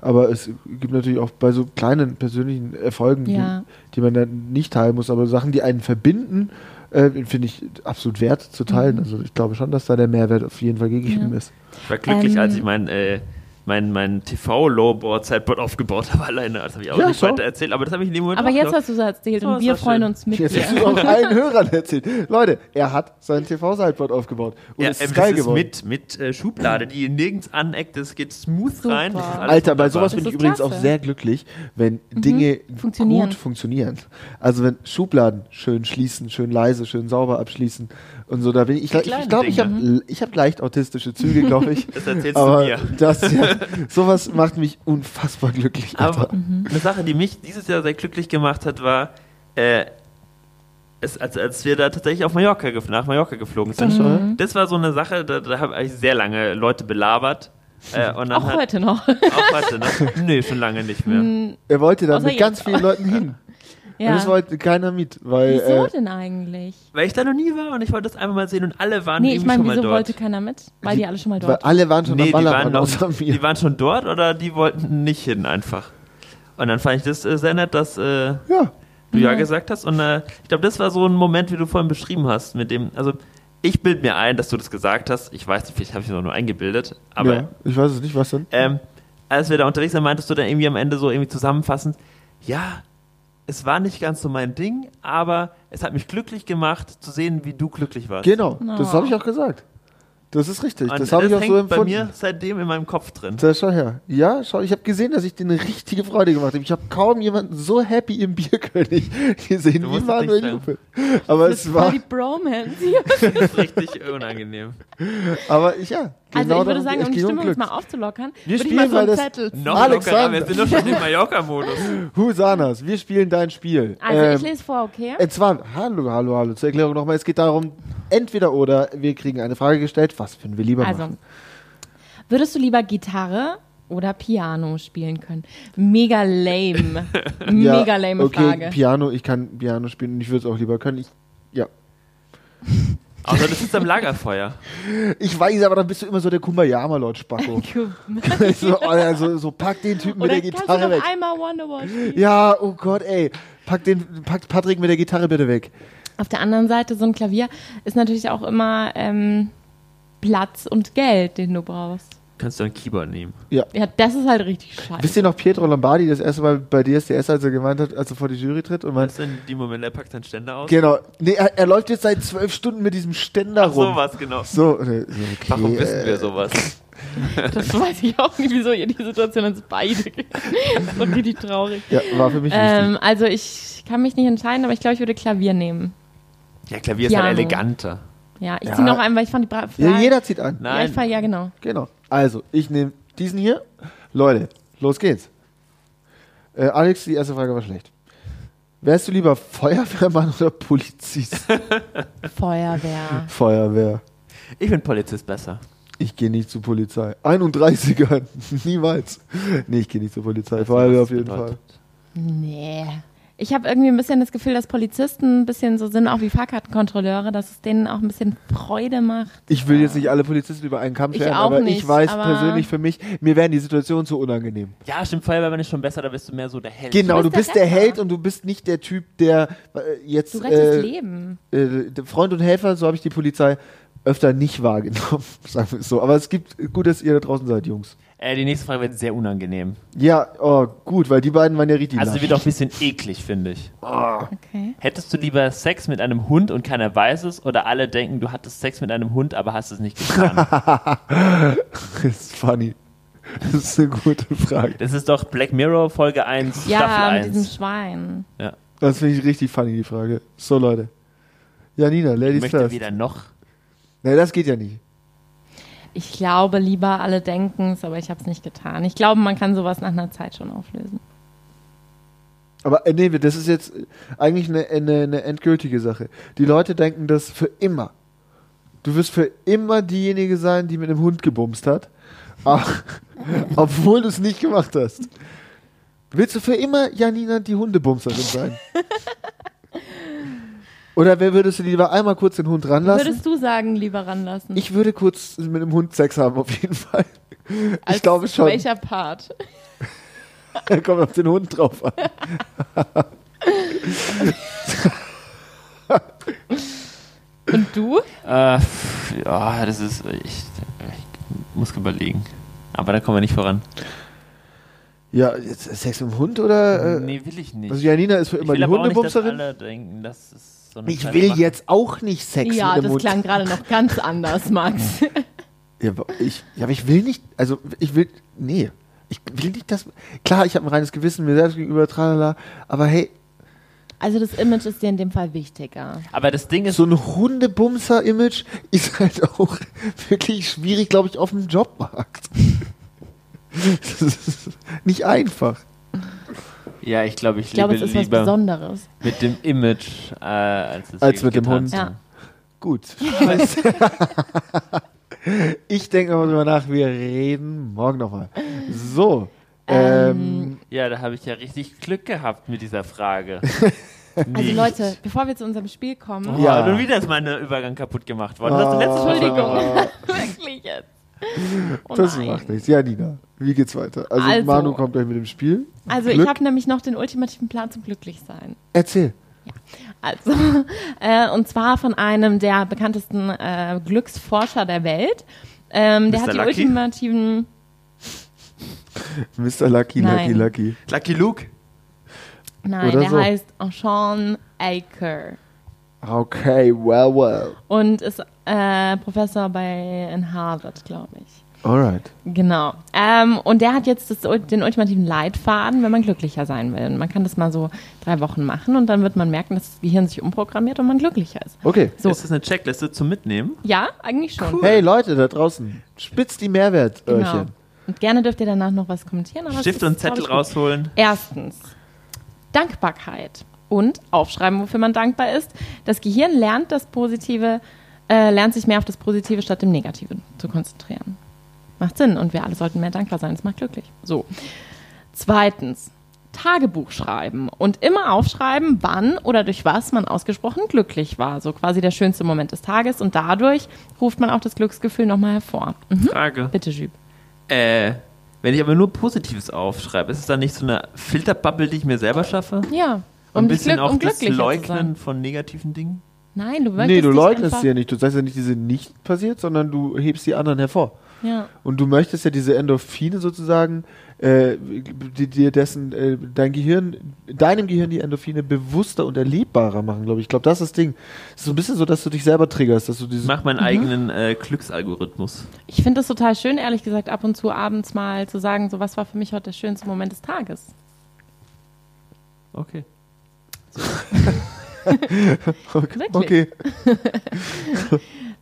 A: Aber es gibt natürlich auch bei so kleinen persönlichen Erfolgen,
B: Ja.
A: die, die man dann nicht teilen muss, aber Sachen, die einen verbinden, äh, finde ich absolut wert zu teilen. Also ich glaube schon, dass da der Mehrwert auf jeden Fall gegeben
B: Ja.
A: ist.
C: ich war glücklich,
B: Ähm,
C: als ich mein, äh, mein, mein TV-Lowboard-Zeitboard aufgebaut [LAUGHS] habe alleine. Das habe ich auch
A: Ja,
C: nicht
A: so.
C: weiter erzählt, aber das habe ich in dem Moment
B: Aber
C: auch
B: jetzt
C: gedacht.
B: hast du es erzählt
C: Oh,
B: und
C: ist
B: wir
C: das
B: freuen
C: schön.
B: uns mit
A: Jetzt hast
B: dir.
A: du auch allen Hörern erzählt. Leute, er hat sein TV-Sideboard aufgebaut. Und
C: ja,
A: es
C: ähm,
A: ist
C: das
A: geil
C: ist
A: geworden.
C: mit, mit äh, Schublade, die nirgends aneckt, das geht smooth
B: Super.
C: rein. Das ist alles
A: Alter, bei
C: wunderbar.
A: sowas
B: Das
A: bin ich
B: ist
A: übrigens
B: klasse. Mhm.
A: auch sehr glücklich, wenn Dinge
B: Funktionieren.
A: gut funktionieren. Also wenn Schubladen schön schließen, schön leise, schön sauber abschließen und so. Da bin ich, ich glaube, ich,
C: kleinen
A: glaub, ich habe ich hab leicht autistische Züge, glaube ich.
C: [LAUGHS] Das erzählst
A: Aber
C: du mir.
A: das, ja, sowas macht mich unfassbar glücklich.
C: Aber
A: Alter.
B: [LAUGHS] Mhm.
C: eine Sache, die mich dieses Jahr sehr glücklich gemacht hat, war, äh, es, als, als wir da tatsächlich auf Mallorca gef nach Mallorca geflogen sind.
A: Mhm.
C: Das war so eine Sache, da, da habe ich sehr lange Leute belabert.
A: [LAUGHS]
C: Äh, und dann
B: Auch
C: hat,
B: heute Mhm. noch.
C: Auch heute, ne? Nee, schon lange nicht mehr.
A: er wollte da
B: Außer
A: mit ganz
B: jetzt. [LAUGHS]
A: vielen Leuten hin. Und es
B: [LAUGHS] ja.
A: wollte keiner mit, weil
B: Wieso
A: äh,
B: denn eigentlich?
C: Weil ich da noch nie war und ich wollte das einmal mal sehen und alle waren
B: Nee, ich
C: irgendwie
B: meine,
C: schon mal
B: wieso
C: dort.
B: wollte keiner mit? Weil die alle schon mal
A: weil
B: dort waren.
A: alle waren schon
C: Nee,
A: am
C: die waren,
A: Ballermann
C: noch,
A: außer mir.
C: die waren schon dort oder die wollten nicht hin einfach. Und dann fand ich das äh, sehr nett, dass äh,
A: Ja.
C: du
A: Mhm.
C: ja gesagt hast. Und äh, ich glaube, das war so ein Moment, wie du vorhin beschrieben hast, mit dem, also ich bilde mir ein, dass du das gesagt hast. Ich weiß nicht, vielleicht habe ich es auch nur eingebildet, aber
A: ja. Ich weiß es nicht, was denn?
C: ähm, als wir da unterwegs waren, meintest du dann irgendwie am Ende so irgendwie zusammenfassend, ja, es war nicht ganz so mein Ding, aber es hat mich glücklich gemacht, zu sehen, wie du glücklich warst.
A: Genau, das
B: Na.
A: habe ich auch gesagt. Das ist richtig.
C: Und
A: das habe ich auch
C: hängt
A: so empfunden.
C: bei mir seitdem in meinem
A: [LAUGHS]
C: Kopf drin.
A: Da, schau her. Ja, schau, ich habe gesehen, dass ich dir eine richtige Freude gemacht habe. Ich habe kaum jemanden so happy im Bierkönig [LAUGHS] gesehen
C: Du
A: wie
C: musst das
A: Manuel
C: nicht
A: Lupe. Aber
B: Das
A: es
B: war
A: war, Genau [LAUGHS]
B: die Bromance.
C: Das ist richtig unangenehm.
A: aber ich, ja. genau
B: Also ich würde
A: darum-
B: sagen,
A: es
B: um die
A: ging
B: Stimmung
A: Glück.
B: jetzt mal aufzulockern,
A: Wir
B: würde ich mal
A: spielen
B: so
A: mal
B: einen
A: das-
B: Zettel.
C: Noch
A: Alexander.
C: lockerer, wir sind doch schon im [LAUGHS] Mallorca-Modus.
A: Husanas, wir spielen dein Spiel.
B: Also ich
A: Ähm,
B: lese vor, okay?
A: und zwar, hallo, hallo, hallo, zur Erklärung nochmal, es geht darum, entweder oder, wir kriegen eine Frage gestellt, was finden wir lieber
B: Also,
A: machen?
B: würdest du lieber Gitarre oder Piano spielen können?
A: [LAUGHS]
B: Mega lame. Mega lame
A: okay,
B: Frage.
A: Piano, ich kann Piano spielen und ich würde es auch lieber können. Ich, ja.
C: Außer Also, das ist am Lagerfeuer.
A: Ich weiß, aber dann bist du immer so der Kumbayama-Lord-Spacko.
B: [LAUGHS]
A: [LAUGHS] so, Alter, so, so pack den Typen
B: Oder
A: mit der
B: kannst du
A: Gitarre
B: noch
A: weg.
B: einmal
A: [LAUGHS]
B: Wonderwall spielen?
A: Ja, oh Gott, ey. Pack den, packt Patrick mit der Gitarre bitte weg.
B: Auf der anderen Seite, so ein Klavier ist natürlich auch immer ähm, Platz und Geld, den du brauchst.
C: Kannst du ein Keyboard nehmen.
B: Ja, das ist halt richtig scheiße.
A: Wisst ihr noch Pietro Lombardi das erste Mal bei DSDS, als er gemeint hat, als er vor die Jury tritt und meint,
C: Weißt du, in dem Moment, er packt seinen Ständer aus.
A: genau, nee, er, er läuft jetzt seit zwölf Stunden mit diesem Ständer
C: Ach,
A: rum.
C: sowas, genau.
A: So, ne, so, okay,
C: Warum wissen
A: äh,
C: wir sowas?
B: Das weiß ich auch nicht, wieso ihr die Situation uns beide kennt. Das war richtig traurig.
A: Ja, war für mich
B: Ähm, also ich kann mich nicht entscheiden, aber ich glaube, ich würde Klavier nehmen.
C: Ja, Klavier ist
B: Piano.
C: halt eleganter.
B: Ja, ich
A: Ja.
B: ziehe noch einen, weil ich fand die Bra
A: wichtig. Ja,
B: Frage-
A: jeder zieht an.
B: Ja, ich
C: Nein.
B: fand,
A: [LAUGHS]
B: ja, genau.
A: Genau. Also, ich nehme diesen hier. Leute, los geht's. Äh, Alex, die erste Frage war schlecht. Wärst du lieber Feuerwehrmann [LAUGHS] oder
C: [LAUGHS]
A: Polizist?
B: Feuerwehr.
A: Feuerwehr.
C: Ich bin Polizist besser.
A: Ich gehe nicht zur Polizei. 31ern. [LAUGHS] Niemals. Nee, ich gehe nicht zur Polizei.
C: Weißt du,
A: Vor allem
C: was
A: auf jeden
C: bedeutet?
A: Fall.
B: Nee. Ich habe irgendwie ein bisschen das Gefühl, dass Polizisten ein bisschen so sind, auch wie Fahrkartenkontrolleure, dass es denen auch ein bisschen Freude macht.
A: Ich will jetzt nicht alle Polizisten über einen Kamm
B: Ich
A: scheren,
B: auch
A: aber
B: nicht,
A: ich weiß
B: aber-
A: persönlich für mich, mir wären die Situationen zu unangenehm.
C: Ja, stimmt, Feuerwehrmann ist schon besser, da bist du mehr so der Held.
A: Genau,
B: bist
A: du
B: der
A: bist der
B: Retter.
A: Held und du bist nicht der Typ, der äh, jetzt
B: Du rettest
A: äh,
B: Leben.
A: äh, der Freund und Helfer, so habe ich die Polizei öfter nicht wahrgenommen, [LAUGHS] sagen wir es so. Aber es gibt gut, dass ihr da draußen seid, Jungs.
C: Äh, die nächste Frage wird sehr unangenehm.
A: Ja, oh, gut, weil die beiden waren ja richtig
C: Also die
A: lasch.
C: wird auch ein bisschen eklig, finde ich.
B: Okay.
C: Hättest du lieber Sex mit einem Hund und keiner weiß es oder alle denken, du hattest Sex mit einem Hund, aber hast es nicht getan?
A: [LAUGHS] Das ist funny. Das ist eine gute Frage.
C: das ist doch Black Mirror Folge 1,
B: Ja,
C: Staffel
B: mit diesem
C: 1.
B: Schwein.
C: Ja.
A: Das finde ich richtig funny, die Frage. So, Leute. Janina,
C: Ich
A: Ladies
C: möchte
A: first.
C: weder noch.
A: Nee, das geht ja nicht.
B: Ich glaube lieber, alle denken es, aber ich habe es nicht getan. Ich glaube, man kann sowas nach einer Zeit schon auflösen.
A: Aber äh, nee, das ist jetzt äh, eigentlich eine, eine, eine endgültige Sache. Die Leute denken das für immer. Du wirst für immer diejenige sein, die mit einem Hund gebumst hat, [LAUGHS] Ach, obwohl du es nicht gemacht hast. Willst du für immer Janina die Hundebumserin
C: [LAUGHS]
A: sein? Oder wer würdest du lieber einmal kurz den Hund ranlassen?
B: Würdest du sagen, lieber ranlassen?
A: ich würde kurz mit einem Hund Sex haben, auf jeden Fall.
B: Als
A: ich glaube schon.
B: Welcher Part?
A: [LAUGHS] Kommt auf den Hund drauf an.
B: Und du?
C: Äh, pff, ja, das ist. Ich, ich muss überlegen. Aber da kommen wir nicht voran.
A: Ja, jetzt Sex mit dem Hund oder? Äh,
C: nee, will ich nicht.
A: Also Janina ist für immer
C: ich will
A: die
C: aber auch nicht, dass
A: Hundebumserin.
C: alle denken, das ist so eine
A: Ich
C: Scheiße
A: will
C: machen.
A: jetzt auch nicht Sex
B: Ja,
A: mit dem
B: das
A: Hund.
B: klang gerade noch ganz anders, Max.
A: ja, aber ich, ja, aber ich will nicht, also ich will, nee, ich will nicht, dass, klar, ich habe ein reines Gewissen mir selbst gegenüber, tralala, aber hey,
B: [LAUGHS] Also das Image ist dir in dem Fall wichtiger.
C: Aber das Ding ist,
A: so ein Hundebumser-Image [LAUGHS] ist halt auch wirklich schwierig, glaube ich, auf dem Jobmarkt. [LAUGHS] Das ist nicht einfach.
C: ja, ich glaube, ich,
B: Ich glaube, es
C: lebe
B: ist was
C: lieber
B: Besonderes.
C: mit dem Image äh, als, es
A: Als mit dem
C: getan
A: Hund.
C: zu haben.
B: Ja.
A: Gut. Scheiße. [LAUGHS] ich denke nochmal drüber nach, wir reden morgen nochmal. So. ähm,
C: Ja, da habe ich ja richtig Glück gehabt mit
A: [LAUGHS]
C: dieser Frage.
B: Also
C: Nicht.
B: Leute, bevor wir zu unserem Spiel kommen,
C: Oh,
A: Ja.
C: ja. Nun wieder ist mein Übergang kaputt gemacht worden. Das hast du letztes
A: ah,
C: Mal
B: Entschuldigung.
C: schon gemacht.
B: wirklich jetzt. [LAUGHS] Oh
A: Das
B: nein.
A: macht nichts. Ja, Nina, wie geht's weiter? Also,
B: Also-
A: Manu kommt gleich mit dem Spiel.
B: Also
A: Glück.
B: ich habe nämlich noch den ultimativen Plan zum Glücklichsein.
A: Erzähl.
B: Also, [LAUGHS] äh, und zwar von einem der bekanntesten äh, Glücksforscher der Welt. Ähm, der
C: Mr.
B: hat die
C: Lucky?
B: ultimativen,
A: Mr. Lucky,
B: Nein.
A: Lucky, Lucky.
C: Lucky Luke.
B: nein,
A: Oder
B: der
A: so.
B: heißt Sean Aker
A: Okay, well, well.
B: und ist äh, Professor bei in Harvard, glaube ich.
A: Alright.
B: Genau. Ähm, und der hat jetzt das, den ultimativen Leitfaden, wenn man glücklicher sein will. Und man kann das mal so drei Wochen machen und dann wird man merken, dass das Gehirn sich umprogrammiert und man glücklicher ist.
A: Okay.
B: So.
C: Ist das eine Checkliste zum Mitnehmen?
B: Ja, eigentlich schon.
A: Hey, Leute da draußen, spitzt die
B: genau.
A: Mehrwertöhrchen.
B: Und gerne dürft ihr danach noch was kommentieren. aber es
C: Stift
B: ist,
C: und
B: glaub
C: Zettel
B: ich, gut.
C: rausholen.
B: Erstens, Dankbarkeit und aufschreiben, wofür man dankbar ist. Das Gehirn lernt das Positive, äh, lernt sich mehr auf das Positive statt dem Negativen zu konzentrieren. Macht Sinn und wir alle sollten mehr dankbar sein. Das macht glücklich. So. Zweitens, Tagebuch schreiben und immer aufschreiben, wann oder durch was man ausgesprochen glücklich war. So quasi der schönste Moment des Tages und dadurch ruft man auch das Glücksgefühl nochmal hervor. Mhm.
C: Frage.
B: Bitte, Jüb.
C: Äh, wenn ich aber nur Positives aufschreibe, ist es dann nicht so eine Filterbubble, die ich mir selber schaffe?
B: Ja.
C: ein
B: dich
C: bisschen
B: glück-
C: auch
B: um
C: das
B: glücklicher zu sein.
C: Leugnen von negativen Dingen?
B: Nein, du
A: nee,
B: möchtest
A: du
B: dich
A: leugnest
B: einfach-
A: sie ja nicht. Du sagst ja nicht, die sind nicht passiert, sondern du hebst die anderen hervor.
B: Ja.
A: Und du möchtest ja diese Endorphine sozusagen, äh, die, dir dessen, äh, dein Gehirn, deinem Gehirn die Endorphine bewusster und erlebbarer machen, glaube ich. Ich glaube, das ist das Ding. Es ist so ein bisschen so, dass du dich selber triggerst, dass du
C: Ich
A: dieses
C: mache
B: Mhm.
C: meinen eigenen äh, Glücksalgorithmus.
B: Ich finde das total schön, ehrlich gesagt, ab und zu abends mal zu sagen, so was war für mich heute der schönste Moment des Tages.
C: Okay.
A: [LAUGHS] Okay.
B: Wirklich?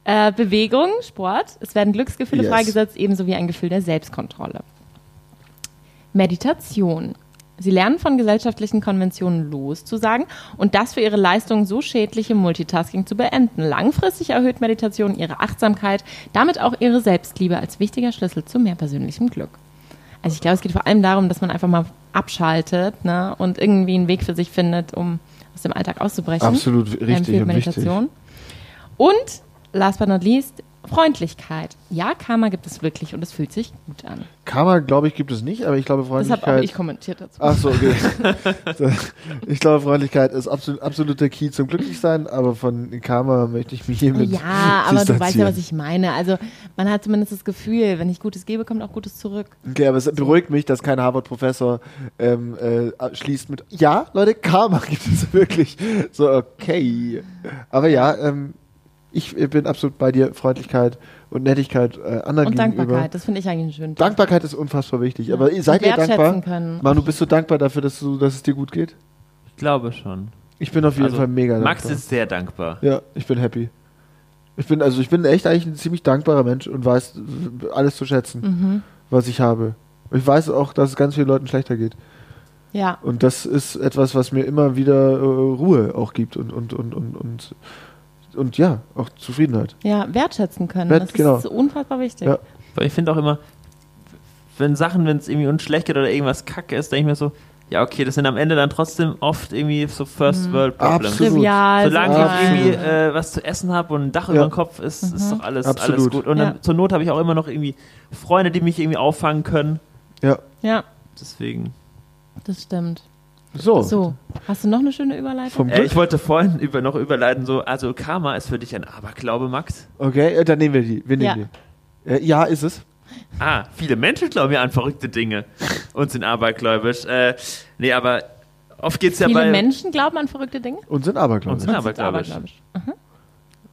B: Äh, Bewegung, Sport, es werden Glücksgefühle
A: Yes.
B: freigesetzt, ebenso wie ein Gefühl der Selbstkontrolle. Meditation. Sie lernen von gesellschaftlichen Konventionen loszusagen und das für ihre Leistung so schädliche Multitasking zu beenden. Langfristig erhöht Meditation ihre Achtsamkeit, damit auch ihre Selbstliebe als wichtiger Schlüssel zu mehr persönlichem Glück. Also ich glaube, es geht vor allem darum, dass man einfach mal abschaltet ne, und irgendwie einen Weg für sich findet, um aus dem Alltag auszubrechen.
A: Absolut
B: Ähm,
A: richtig
B: für
A: und wichtig.
B: Meditation. Und last but not least, Freundlichkeit. Ja, Karma gibt es wirklich und es fühlt sich gut an.
A: Karma, glaube ich, gibt es nicht, aber ich glaube,
B: Das habe auch
A: Freundlichkeit.
B: ich
A: Ah,
B: kommentiert dazu.
A: Ach so,
B: [LAUGHS]
A: okay. [LAUGHS] Das- ich glaube, Freundlichkeit ist absolut, absoluter Key zum Glücklichsein, aber von Karma möchte ich mich hiermit
B: ja, aber du weißt ja,
A: distanzieren.
B: was ich meine. Also man hat zumindest das Gefühl, wenn ich Gutes gebe, kommt auch Gutes zurück.
A: Okay, aber es beruhigt mich, dass kein Harvard-Professor ähm, äh, schließt mit Ja, Leute, Karma [LAUGHS] gibt es wirklich. So, okay. Aber ja, ähm, ich äh, bin absolut bei dir. Freundlichkeit und Nettigkeit äh, anderen gegenüber.
B: Und Dankbarkeit, das finde ich eigentlich einen schönen Tipp.
A: Dankbarkeit ist unfassbar wichtig. Aber
B: Ja.
A: seid
B: Und
A: ihr dankbar?
B: wertschätzen können.
A: Manu, bist du dankbar dafür, dass, du, dass es dir gut geht?
C: Ich glaube schon.
A: Ich bin auf jeden
C: Also,
A: Fall mega dankbar.
C: Max ist sehr dankbar.
A: Ja, ich bin happy. Ich bin, also ich bin echt eigentlich ein ziemlich dankbarer Mensch und weiß alles zu schätzen,
B: Mhm.
A: was ich habe. Ich weiß auch, dass es ganz vielen Leuten schlechter geht.
B: Ja,
A: Und das ist etwas, was mir immer wieder äh, Ruhe auch gibt und, und, und, und, und, und ja, auch Zufriedenheit.
B: ja, wertschätzen können.
A: Wert-
B: das
A: genau.
B: ist unfassbar wichtig.
A: Ja.
C: Weil ich finde auch immer, wenn Sachen, wenn es irgendwie uns schlecht geht oder irgendwas kacke ist, denke ich mir so, ja, okay, das sind am Ende dann trotzdem oft irgendwie so First
B: Mhm.
C: World Problems.
A: Absolut.
B: Trivial.
C: Solange
A: Absolut.
C: ich
B: sozial.
C: irgendwie äh, was zu essen habe und ein Dach über dem Kopf ist, ist doch alles, alles
A: Absolut.
C: gut. Und dann,
B: Mhm. Ja.
C: zur Not habe ich auch immer noch irgendwie Freunde, die mich irgendwie auffangen können.
A: Ja.
B: Ja,
C: Deswegen.
B: das stimmt.
A: So.
B: So, hast du noch eine schöne Überleitung?
A: Vom
C: Äh,
A: Glück.
C: ich wollte vorhin [LAUGHS] über, noch überleiten, so, also Karma ist für dich ein Aberglaube, Max.
A: Okay, äh, dann nehmen wir die. Wir
B: Ja.
A: nehmen die. Äh, ja, ist es.
C: Ah, viele Menschen glauben ja an verrückte Dinge und sind abergläubisch. Äh, nee, aber oft geht's ja
B: Viele
C: bei.
B: Menschen glauben an verrückte Dinge.
A: Und sind Aberglaube.
C: Und sind abergläubisch.
B: abergläubisch.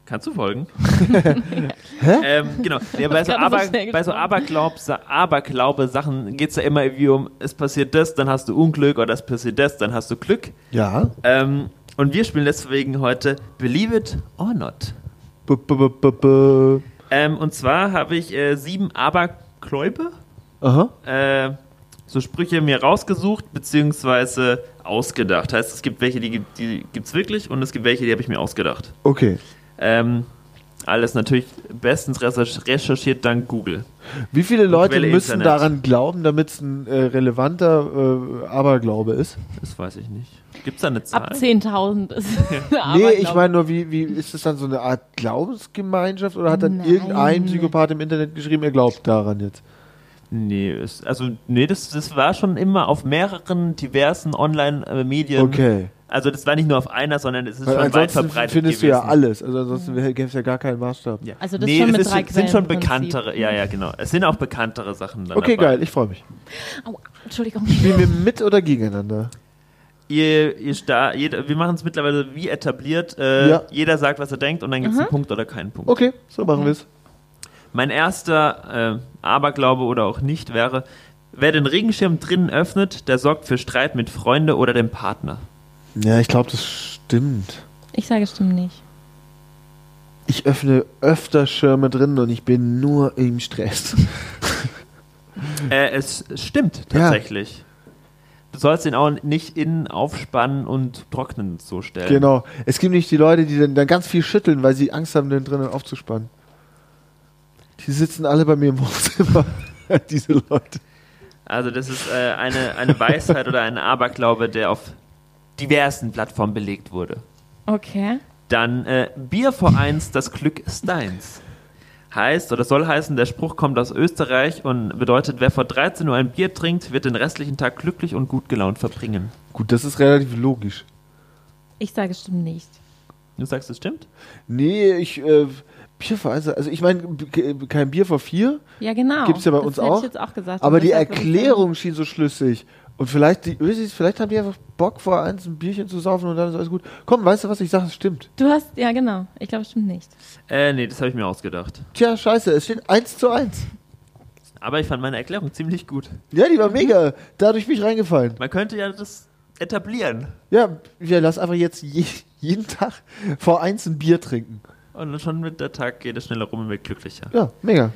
C: Kannst du folgen? ähm, genau. Nee, bei,
B: gerade
C: so
B: so
C: Aber,
B: schnell
C: bei so Aberglaubs, Aberglaube-Sachen geht es ja immer irgendwie um, es passiert das, dann hast du Unglück oder es passiert das, dann hast du Glück.
A: ja.
C: Ähm, und wir spielen deswegen heute Believe It or Not.
A: B -b -b -b -b
C: Ähm, und zwar habe ich äh, sieben Abergläube,
A: Aha.
C: äh, so Sprüche mir rausgesucht, beziehungsweise ausgedacht. Heißt, es gibt welche, die, gibt- die gibt es wirklich und es gibt welche, die habe ich mir ausgedacht.
A: Okay.
C: Ähm, alles natürlich bestens recherch- recherchiert dank Google.
A: Wie viele Leute
C: Quelle
A: müssen
C: Internet.
A: daran glauben, damit es ein äh, relevanter äh, Aberglaube ist?
C: Das weiß ich nicht. Gibt es da eine Zahl?
B: Ab 10.000
A: [LAUGHS]
B: ist
A: nee, ich meine nur, wie, wie ist das dann so eine Art Glaubensgemeinschaft oder hat dann
B: Nein.
A: irgendein Psychopath im Internet geschrieben, er glaubt daran jetzt?
C: Nee, es, also nee, das, das war schon immer auf mehreren diversen Online-Medien.
A: Okay.
C: Also das war nicht nur auf einer, sondern es ist
A: Weil
C: schon weit
A: ansonsten
C: verbreitet
A: findest
C: gewesen.
A: du ja alles. Also ansonsten gäbe es ja gar keinen Maßstab.
C: Ja.
B: Also das
C: nee,
B: schon
C: es
B: mit
C: ist,
B: drei
C: sind
B: Quellen
C: schon
B: im Prinzip.
C: bekanntere, ja, ja, genau. Es sind auch bekanntere Sachen dann
A: Okay,
C: dabei.
A: geil, ich freue mich.
B: Au, Entschuldigung.
A: Spielen wir mit oder gegeneinander?
C: Ihr, ihr sta jeder, wir machen es mittlerweile wie etabliert. Äh,
A: Ja.
C: Jeder sagt, was er denkt und dann gibt es einen
B: Mhm.
C: Punkt oder keinen Punkt.
A: Okay, so machen wir es.
C: Mein erster äh, Aberglaube oder auch nicht wäre, wer den Regenschirm drinnen öffnet, der sorgt für Streit mit Freunde oder dem Partner.
A: Ja, ich glaube, das stimmt.
B: Ich sage stimmt nicht.
A: Ich öffne öfter Schirme drin und ich bin nur im Stress.
C: Äh, es stimmt tatsächlich. Du sollst ihn auch nicht innen aufspannen und trocknen so
A: [LAUGHS]
C: stellen.
A: genau. Es gibt nicht die Leute, die dann, dann ganz viel schütteln, weil sie Angst haben, den drinnen aufzuspannen. Die sitzen alle bei mir im Wohnzimmer. [LAUGHS] Diese Leute.
C: Also das ist äh, eine, eine Weisheit oder ein Aberglaube, der auf diversen Plattformen belegt wurde.
B: Okay.
C: Dann äh, Bier vor eins, das Glück ist deins. Heißt oder soll heißen, der Spruch kommt aus Österreich und bedeutet, wer vor 13 Uhr ein Bier trinkt, wird den restlichen Tag glücklich und gut gelaunt verbringen.
A: Gut, das ist relativ logisch.
B: Ich sage stimmt nicht.
C: Du sagst, es stimmt?
A: Nee, ich. Äh, Bier vor eins, also ich meine, kein Bier vor vier,
B: Ja, genau.
A: Gibt's ja bei
B: das
A: uns
B: hätte
A: auch.
B: Ich jetzt auch gesagt.
A: Aber
B: Und
A: die
B: deshalb würde ich
A: Erklärung schien so schlüssig. Und vielleicht, die Ösis, vielleicht haben die einfach Bock, vor eins ein Bierchen zu saufen und dann ist alles gut. Komm, weißt du was, ich sage, es stimmt.
B: sagen, Du hast, ja genau. Ich glaube stimmt nicht.
C: Äh, nee, das habe ich mir ausgedacht.
A: Tja, scheiße, es steht eins zu eins.
C: Aber ich fand meine Erklärung ziemlich gut.
A: Ja, die war mega. Dadurch bin ich reingefallen.
C: Man könnte ja das etablieren
A: Ja, wir lassen einfach jetzt je, jeden Tag vor eins ein Bier trinken.
C: und dann schon mit der Tag geht es schneller rum und wird glücklicher.
A: Ja, mega.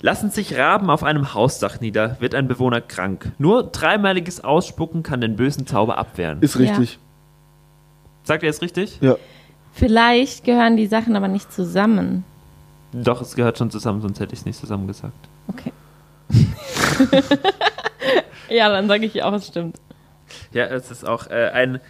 C: Lassen sich Raben auf einem Hausdach nieder, wird ein Bewohner krank. Nur dreimaliges Ausspucken kann den bösen Zauber abwehren.
A: Ist richtig.
C: Sagt ihr es richtig?
A: Ja.
B: Vielleicht gehören die Sachen aber nicht zusammen.
A: [LAUGHS]
C: Doch, es gehört schon zusammen, sonst hätte ich es nicht zusammen gesagt.
B: Okay. [LAUGHS] Ja, dann sage ich auch, es stimmt.
C: Ja, es ist auch äh, ein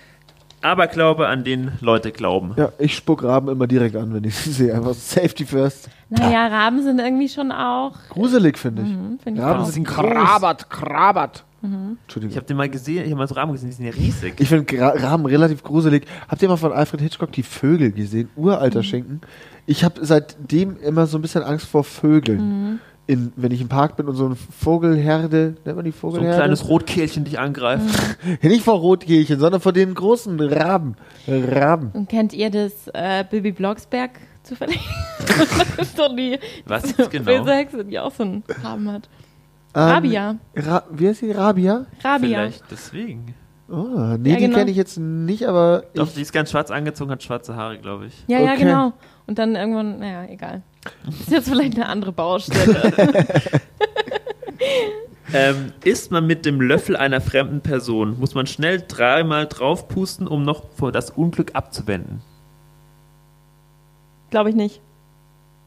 C: Aberglaube, an den Leute glauben.
A: Ja, ich spuck Raben immer direkt an, wenn ich sie sehe. Einfach Safety first.
B: Naja, Raben sind irgendwie schon auch.
A: Gruselig, finde ich.
B: Hm, find ich
A: Mhm. Raben
B: auch.
A: sind groß.
D: Krabert, krabert.
A: Entschuldigung.
C: Ich habe den mal gesehen, ich habe mal so Rahmen gesehen, die sind ja riesig.
A: Ich finde Gra- Raben relativ gruselig. Habt ihr mal von Alfred Hitchcock die Vögel gesehen?
B: Mhm.
A: Uralter Schinken. Ich habe seitdem immer so ein bisschen Angst vor Vögeln.
B: Mhm.
A: In, wenn ich im Park bin und so eine Vogelherde, nennt man die
C: So ein
A: Vogelherde?
C: kleines Rotkehlchen dich angreift.
A: [LAUGHS] Nicht vor Rotkehlchen, sondern vor den großen Raben. Raben.
B: Und kennt ihr das äh, Bibi Blocksberg zufällig? [LAUGHS] das ist doch die.
C: Was
B: die
C: ist das genau?
B: Böse Hexe, die auch so einen Raben hat.
A: Ähm,
B: Rabia.
A: Ra Wie heißt die? Rabia?
B: Rabia.
C: Vielleicht deswegen.
A: Oh, nee, die
B: Ja, genau.
A: kenne ich jetzt nicht, aber
C: Doch,
A: ich,
C: die ist ganz schwarz angezogen, hat schwarze Haare, glaube ich.
B: Ja, ja,
A: Okay.
B: genau. Und dann irgendwann, naja, egal. Ist jetzt vielleicht eine
A: [LAUGHS]
B: andere Baustelle.
C: Ähm, isst man mit dem Löffel einer fremden Person, muss man schnell dreimal draufpusten, um noch vor das Unglück abzuwenden.
B: Glaube ich nicht.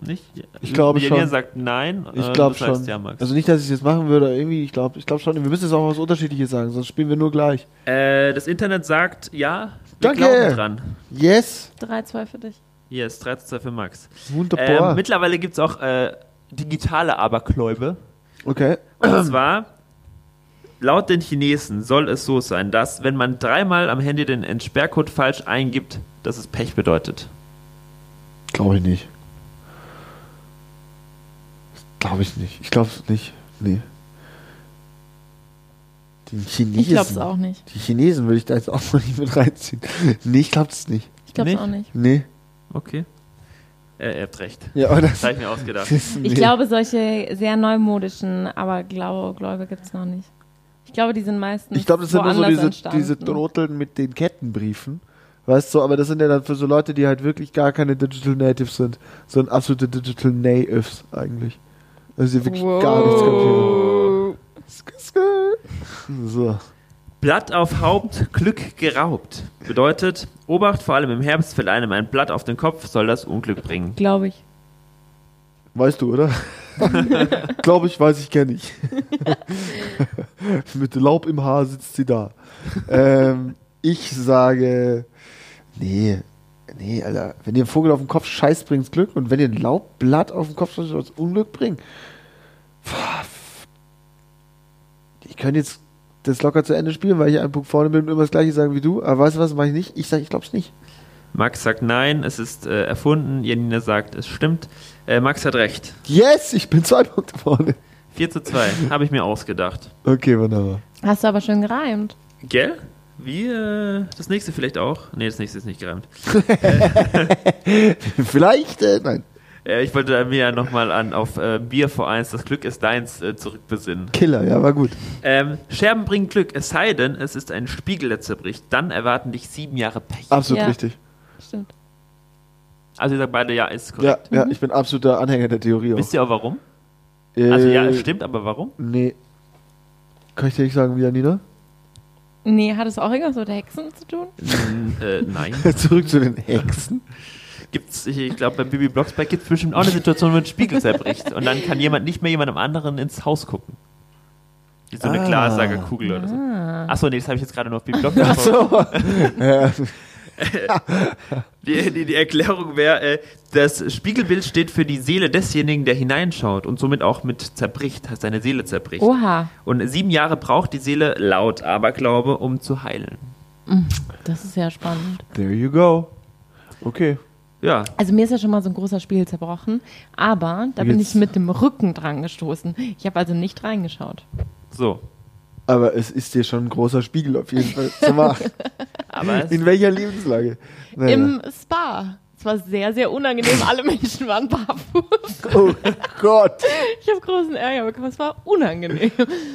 C: Nicht?
A: Ich glaube
C: Jelena
A: schon.
C: sagt nein.
A: ich
C: äh,
A: glaube
C: du sagst
A: schon.
C: Ja, Max.
A: also nicht, dass ich es jetzt machen würde, aber irgendwie, ich glaube ich glaub schon. Wir müssen jetzt auch was Unterschiedliches sagen, sonst spielen wir nur gleich.
C: äh, das Internet sagt ja. Wir
A: Danke.
C: glauben dran.
A: Yes,
B: 3-2 für dich.
C: Yes, 3 zu 2 für Max.
A: wunderbar.
C: Ähm, mittlerweile gibt es auch äh, digitale Abergläube.
A: okay.
C: Und zwar, laut den Chinesen soll es so sein, dass, wenn man dreimal am Handy den Entsperrcode falsch eingibt, dass es Pech bedeutet.
A: Glaube ich nicht. Glaube ich nicht. Ich glaube es nicht. Nee. Die Chinesen.
B: Ich glaube es auch nicht.
A: Die Chinesen würde ich da jetzt auch noch nicht mit reinziehen. Nee, ich glaube es nicht.
B: Ich glaube es
C: Nicht?
B: auch nicht.
A: Nee.
C: Okay. Äh, ihr habt recht.
A: Ja, oder?
C: Das habe ich mir ausgedacht.
A: [LAUGHS]
B: Ich glaube, solche sehr neumodischen Aberglaube Gläube gibt es noch nicht. Ich glaube, die sind meistens
A: Ich glaube, das sind nur so
B: woanders
A: diese,
B: entstanden.
A: diese Trotteln mit den Kettenbriefen. Weißt du, aber das sind ja dann für so Leute, die halt wirklich gar keine Digital Natives sind, sondern absolute Digital Natives eigentlich. Also die wirklich gar nichts
B: Wow.
A: kapieren. So.
C: Blatt auf Haupt, Glück geraubt. Bedeutet, Obacht, vor allem im Herbst fällt einem ein Blatt auf den Kopf, soll das Unglück bringen.
B: Glaube ich.
A: Weißt du, oder? Glaube ich, weiß ich, kenne ich. [LAUGHS] Mit Laub im Haar sitzt sie da. ähm, ich sage, nee, nee, Alter. Wenn ihr einen Vogel auf den Kopf scheißt, bringt's Glück. Und wenn ihr ein Laubblatt auf den Kopf scheißt, soll's Unglück bringen. Pff, Ich könnte jetzt das locker zu Ende spielen, weil ich einen Punkt vorne bin und immer das Gleiche sagen wie du. Aber weißt du was, mache ich nicht. Ich sage, ich glaub's nicht.
C: Max sagt nein, es ist äh, erfunden. Janina sagt, es stimmt. Äh, Max hat recht.
A: Yes, ich bin zwei Punkte vorne.
C: 4 zu 2, habe ich mir ausgedacht.
A: Okay, wunderbar. [LAUGHS]
B: Hast du aber schön gereimt.
C: Gell? Wie äh, das nächste vielleicht auch? Nee, das nächste ist nicht gereimt.
A: Vielleicht, äh, nein.
C: Äh, ich wollte mir ja nochmal an auf äh, Bier vor eins, das Glück ist deins, äh, zurückbesinnen.
A: Killer, ja, war gut.
C: Ähm, Scherben bringen Glück, es sei denn, es ist ein Spiegel, der zerbricht. Dann erwarten dich sieben Jahre Pech.
A: Absolut
B: Ja.
A: richtig.
B: Stimmt.
C: Also ihr sagt beide, ja, ist
A: Ja,
C: korrekt.
B: Mhm.
A: ja, ich bin absoluter Anhänger der Theorie auch.
C: Wisst ihr auch warum?
A: äh,
C: Also ja, es stimmt, aber warum?
A: Nee. Kann ich dir nicht sagen, wie Janina?
B: Nee, hat es auch irgendwas mit Hexen zu tun?
C: N- äh, nein.
A: Zurück zu den Hexen.
C: Gibt's, ich, ich glaube, bei Bibi Blocksberg gibt es bestimmt auch eine Situation, wo ein Spiegel zerbricht. Und dann kann jemand nicht mehr jemandem anderen ins Haus gucken. Wie so eine
A: Ah.
C: Glassagerkugel oder so. Achso, nee, das habe ich jetzt gerade nur auf
A: [LAUGHS]
C: Bibi Blocksberg.
A: Ja,
C: Die, die, die Erklärung wäre, äh, das Spiegelbild steht für die Seele desjenigen, der hineinschaut und somit auch mit zerbricht, heißt seine Seele zerbricht.
B: Oha,
C: Und sieben Jahre braucht die Seele laut Aberglaube, um zu heilen.
B: das ist ja spannend.
A: there you go. Okay.
C: Ja,
B: Also mir ist ja schon mal so ein großer Spiegel zerbrochen, aber da
A: Wie
B: bin
A: geht's?
B: ich mit dem Rücken dran gestoßen. Ich habe also nicht reingeschaut.
C: so.
A: Aber es ist dir schon ein großer Spiegel auf jeden Fall. [LAUGHS] Sag mal,
C: Aber es,
A: in welcher Lebenslage? Naja.
B: Im Spa. Es war sehr, sehr unangenehm. Alle [LAUGHS] Menschen waren barfuß.
A: oh [LAUGHS] Gott.
B: Ich habe großen Ärger bekommen. Es war unangenehm.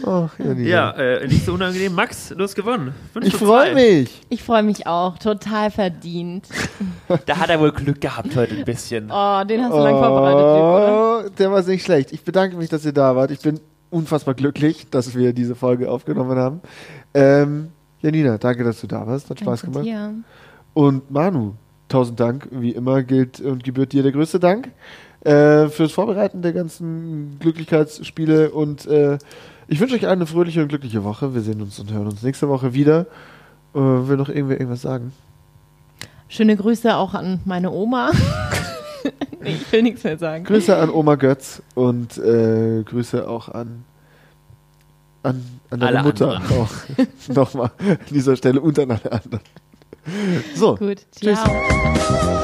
A: Ach, Janina.
C: ja, äh, nicht so unangenehm. Max, du hast gewonnen. Fünf
A: Ich
C: zu
A: freue
C: zwei.
A: mich.
B: Ich freue mich auch. Total verdient.
C: Da hat er wohl Glück gehabt heute ein bisschen.
B: Oh, den hast du lang vorbereitet, Lieb, oder?
A: Oh, der war nicht schlecht. Ich bedanke mich, dass ihr da wart. Ich bin unfassbar glücklich, dass wir diese Folge aufgenommen haben. Ähm, Janina, danke, dass du da warst. Hat Spaß
B: Danke
A: gemacht.
B: dir.
A: Und Manu, tausend Dank. Wie immer gilt und gebührt dir der größte Dank. äh, fürs Vorbereiten der ganzen Glücklichkeitsspiele und äh, ich wünsche euch eine fröhliche und glückliche Woche. Wir sehen uns und hören uns nächste Woche wieder. Äh, will noch irgendwer irgendwas sagen?
B: Schöne Grüße auch an meine Oma. [LAUGHS] nee, ich will nichts mehr sagen.
A: Grüße an Oma Götz und äh, Grüße auch an, an, an deine
C: Alle
A: Mutter. Auch. [LAUGHS] Nochmal an dieser Stelle und an alle anderen. So.
B: Gut,
A: Tschüss.
B: ciao.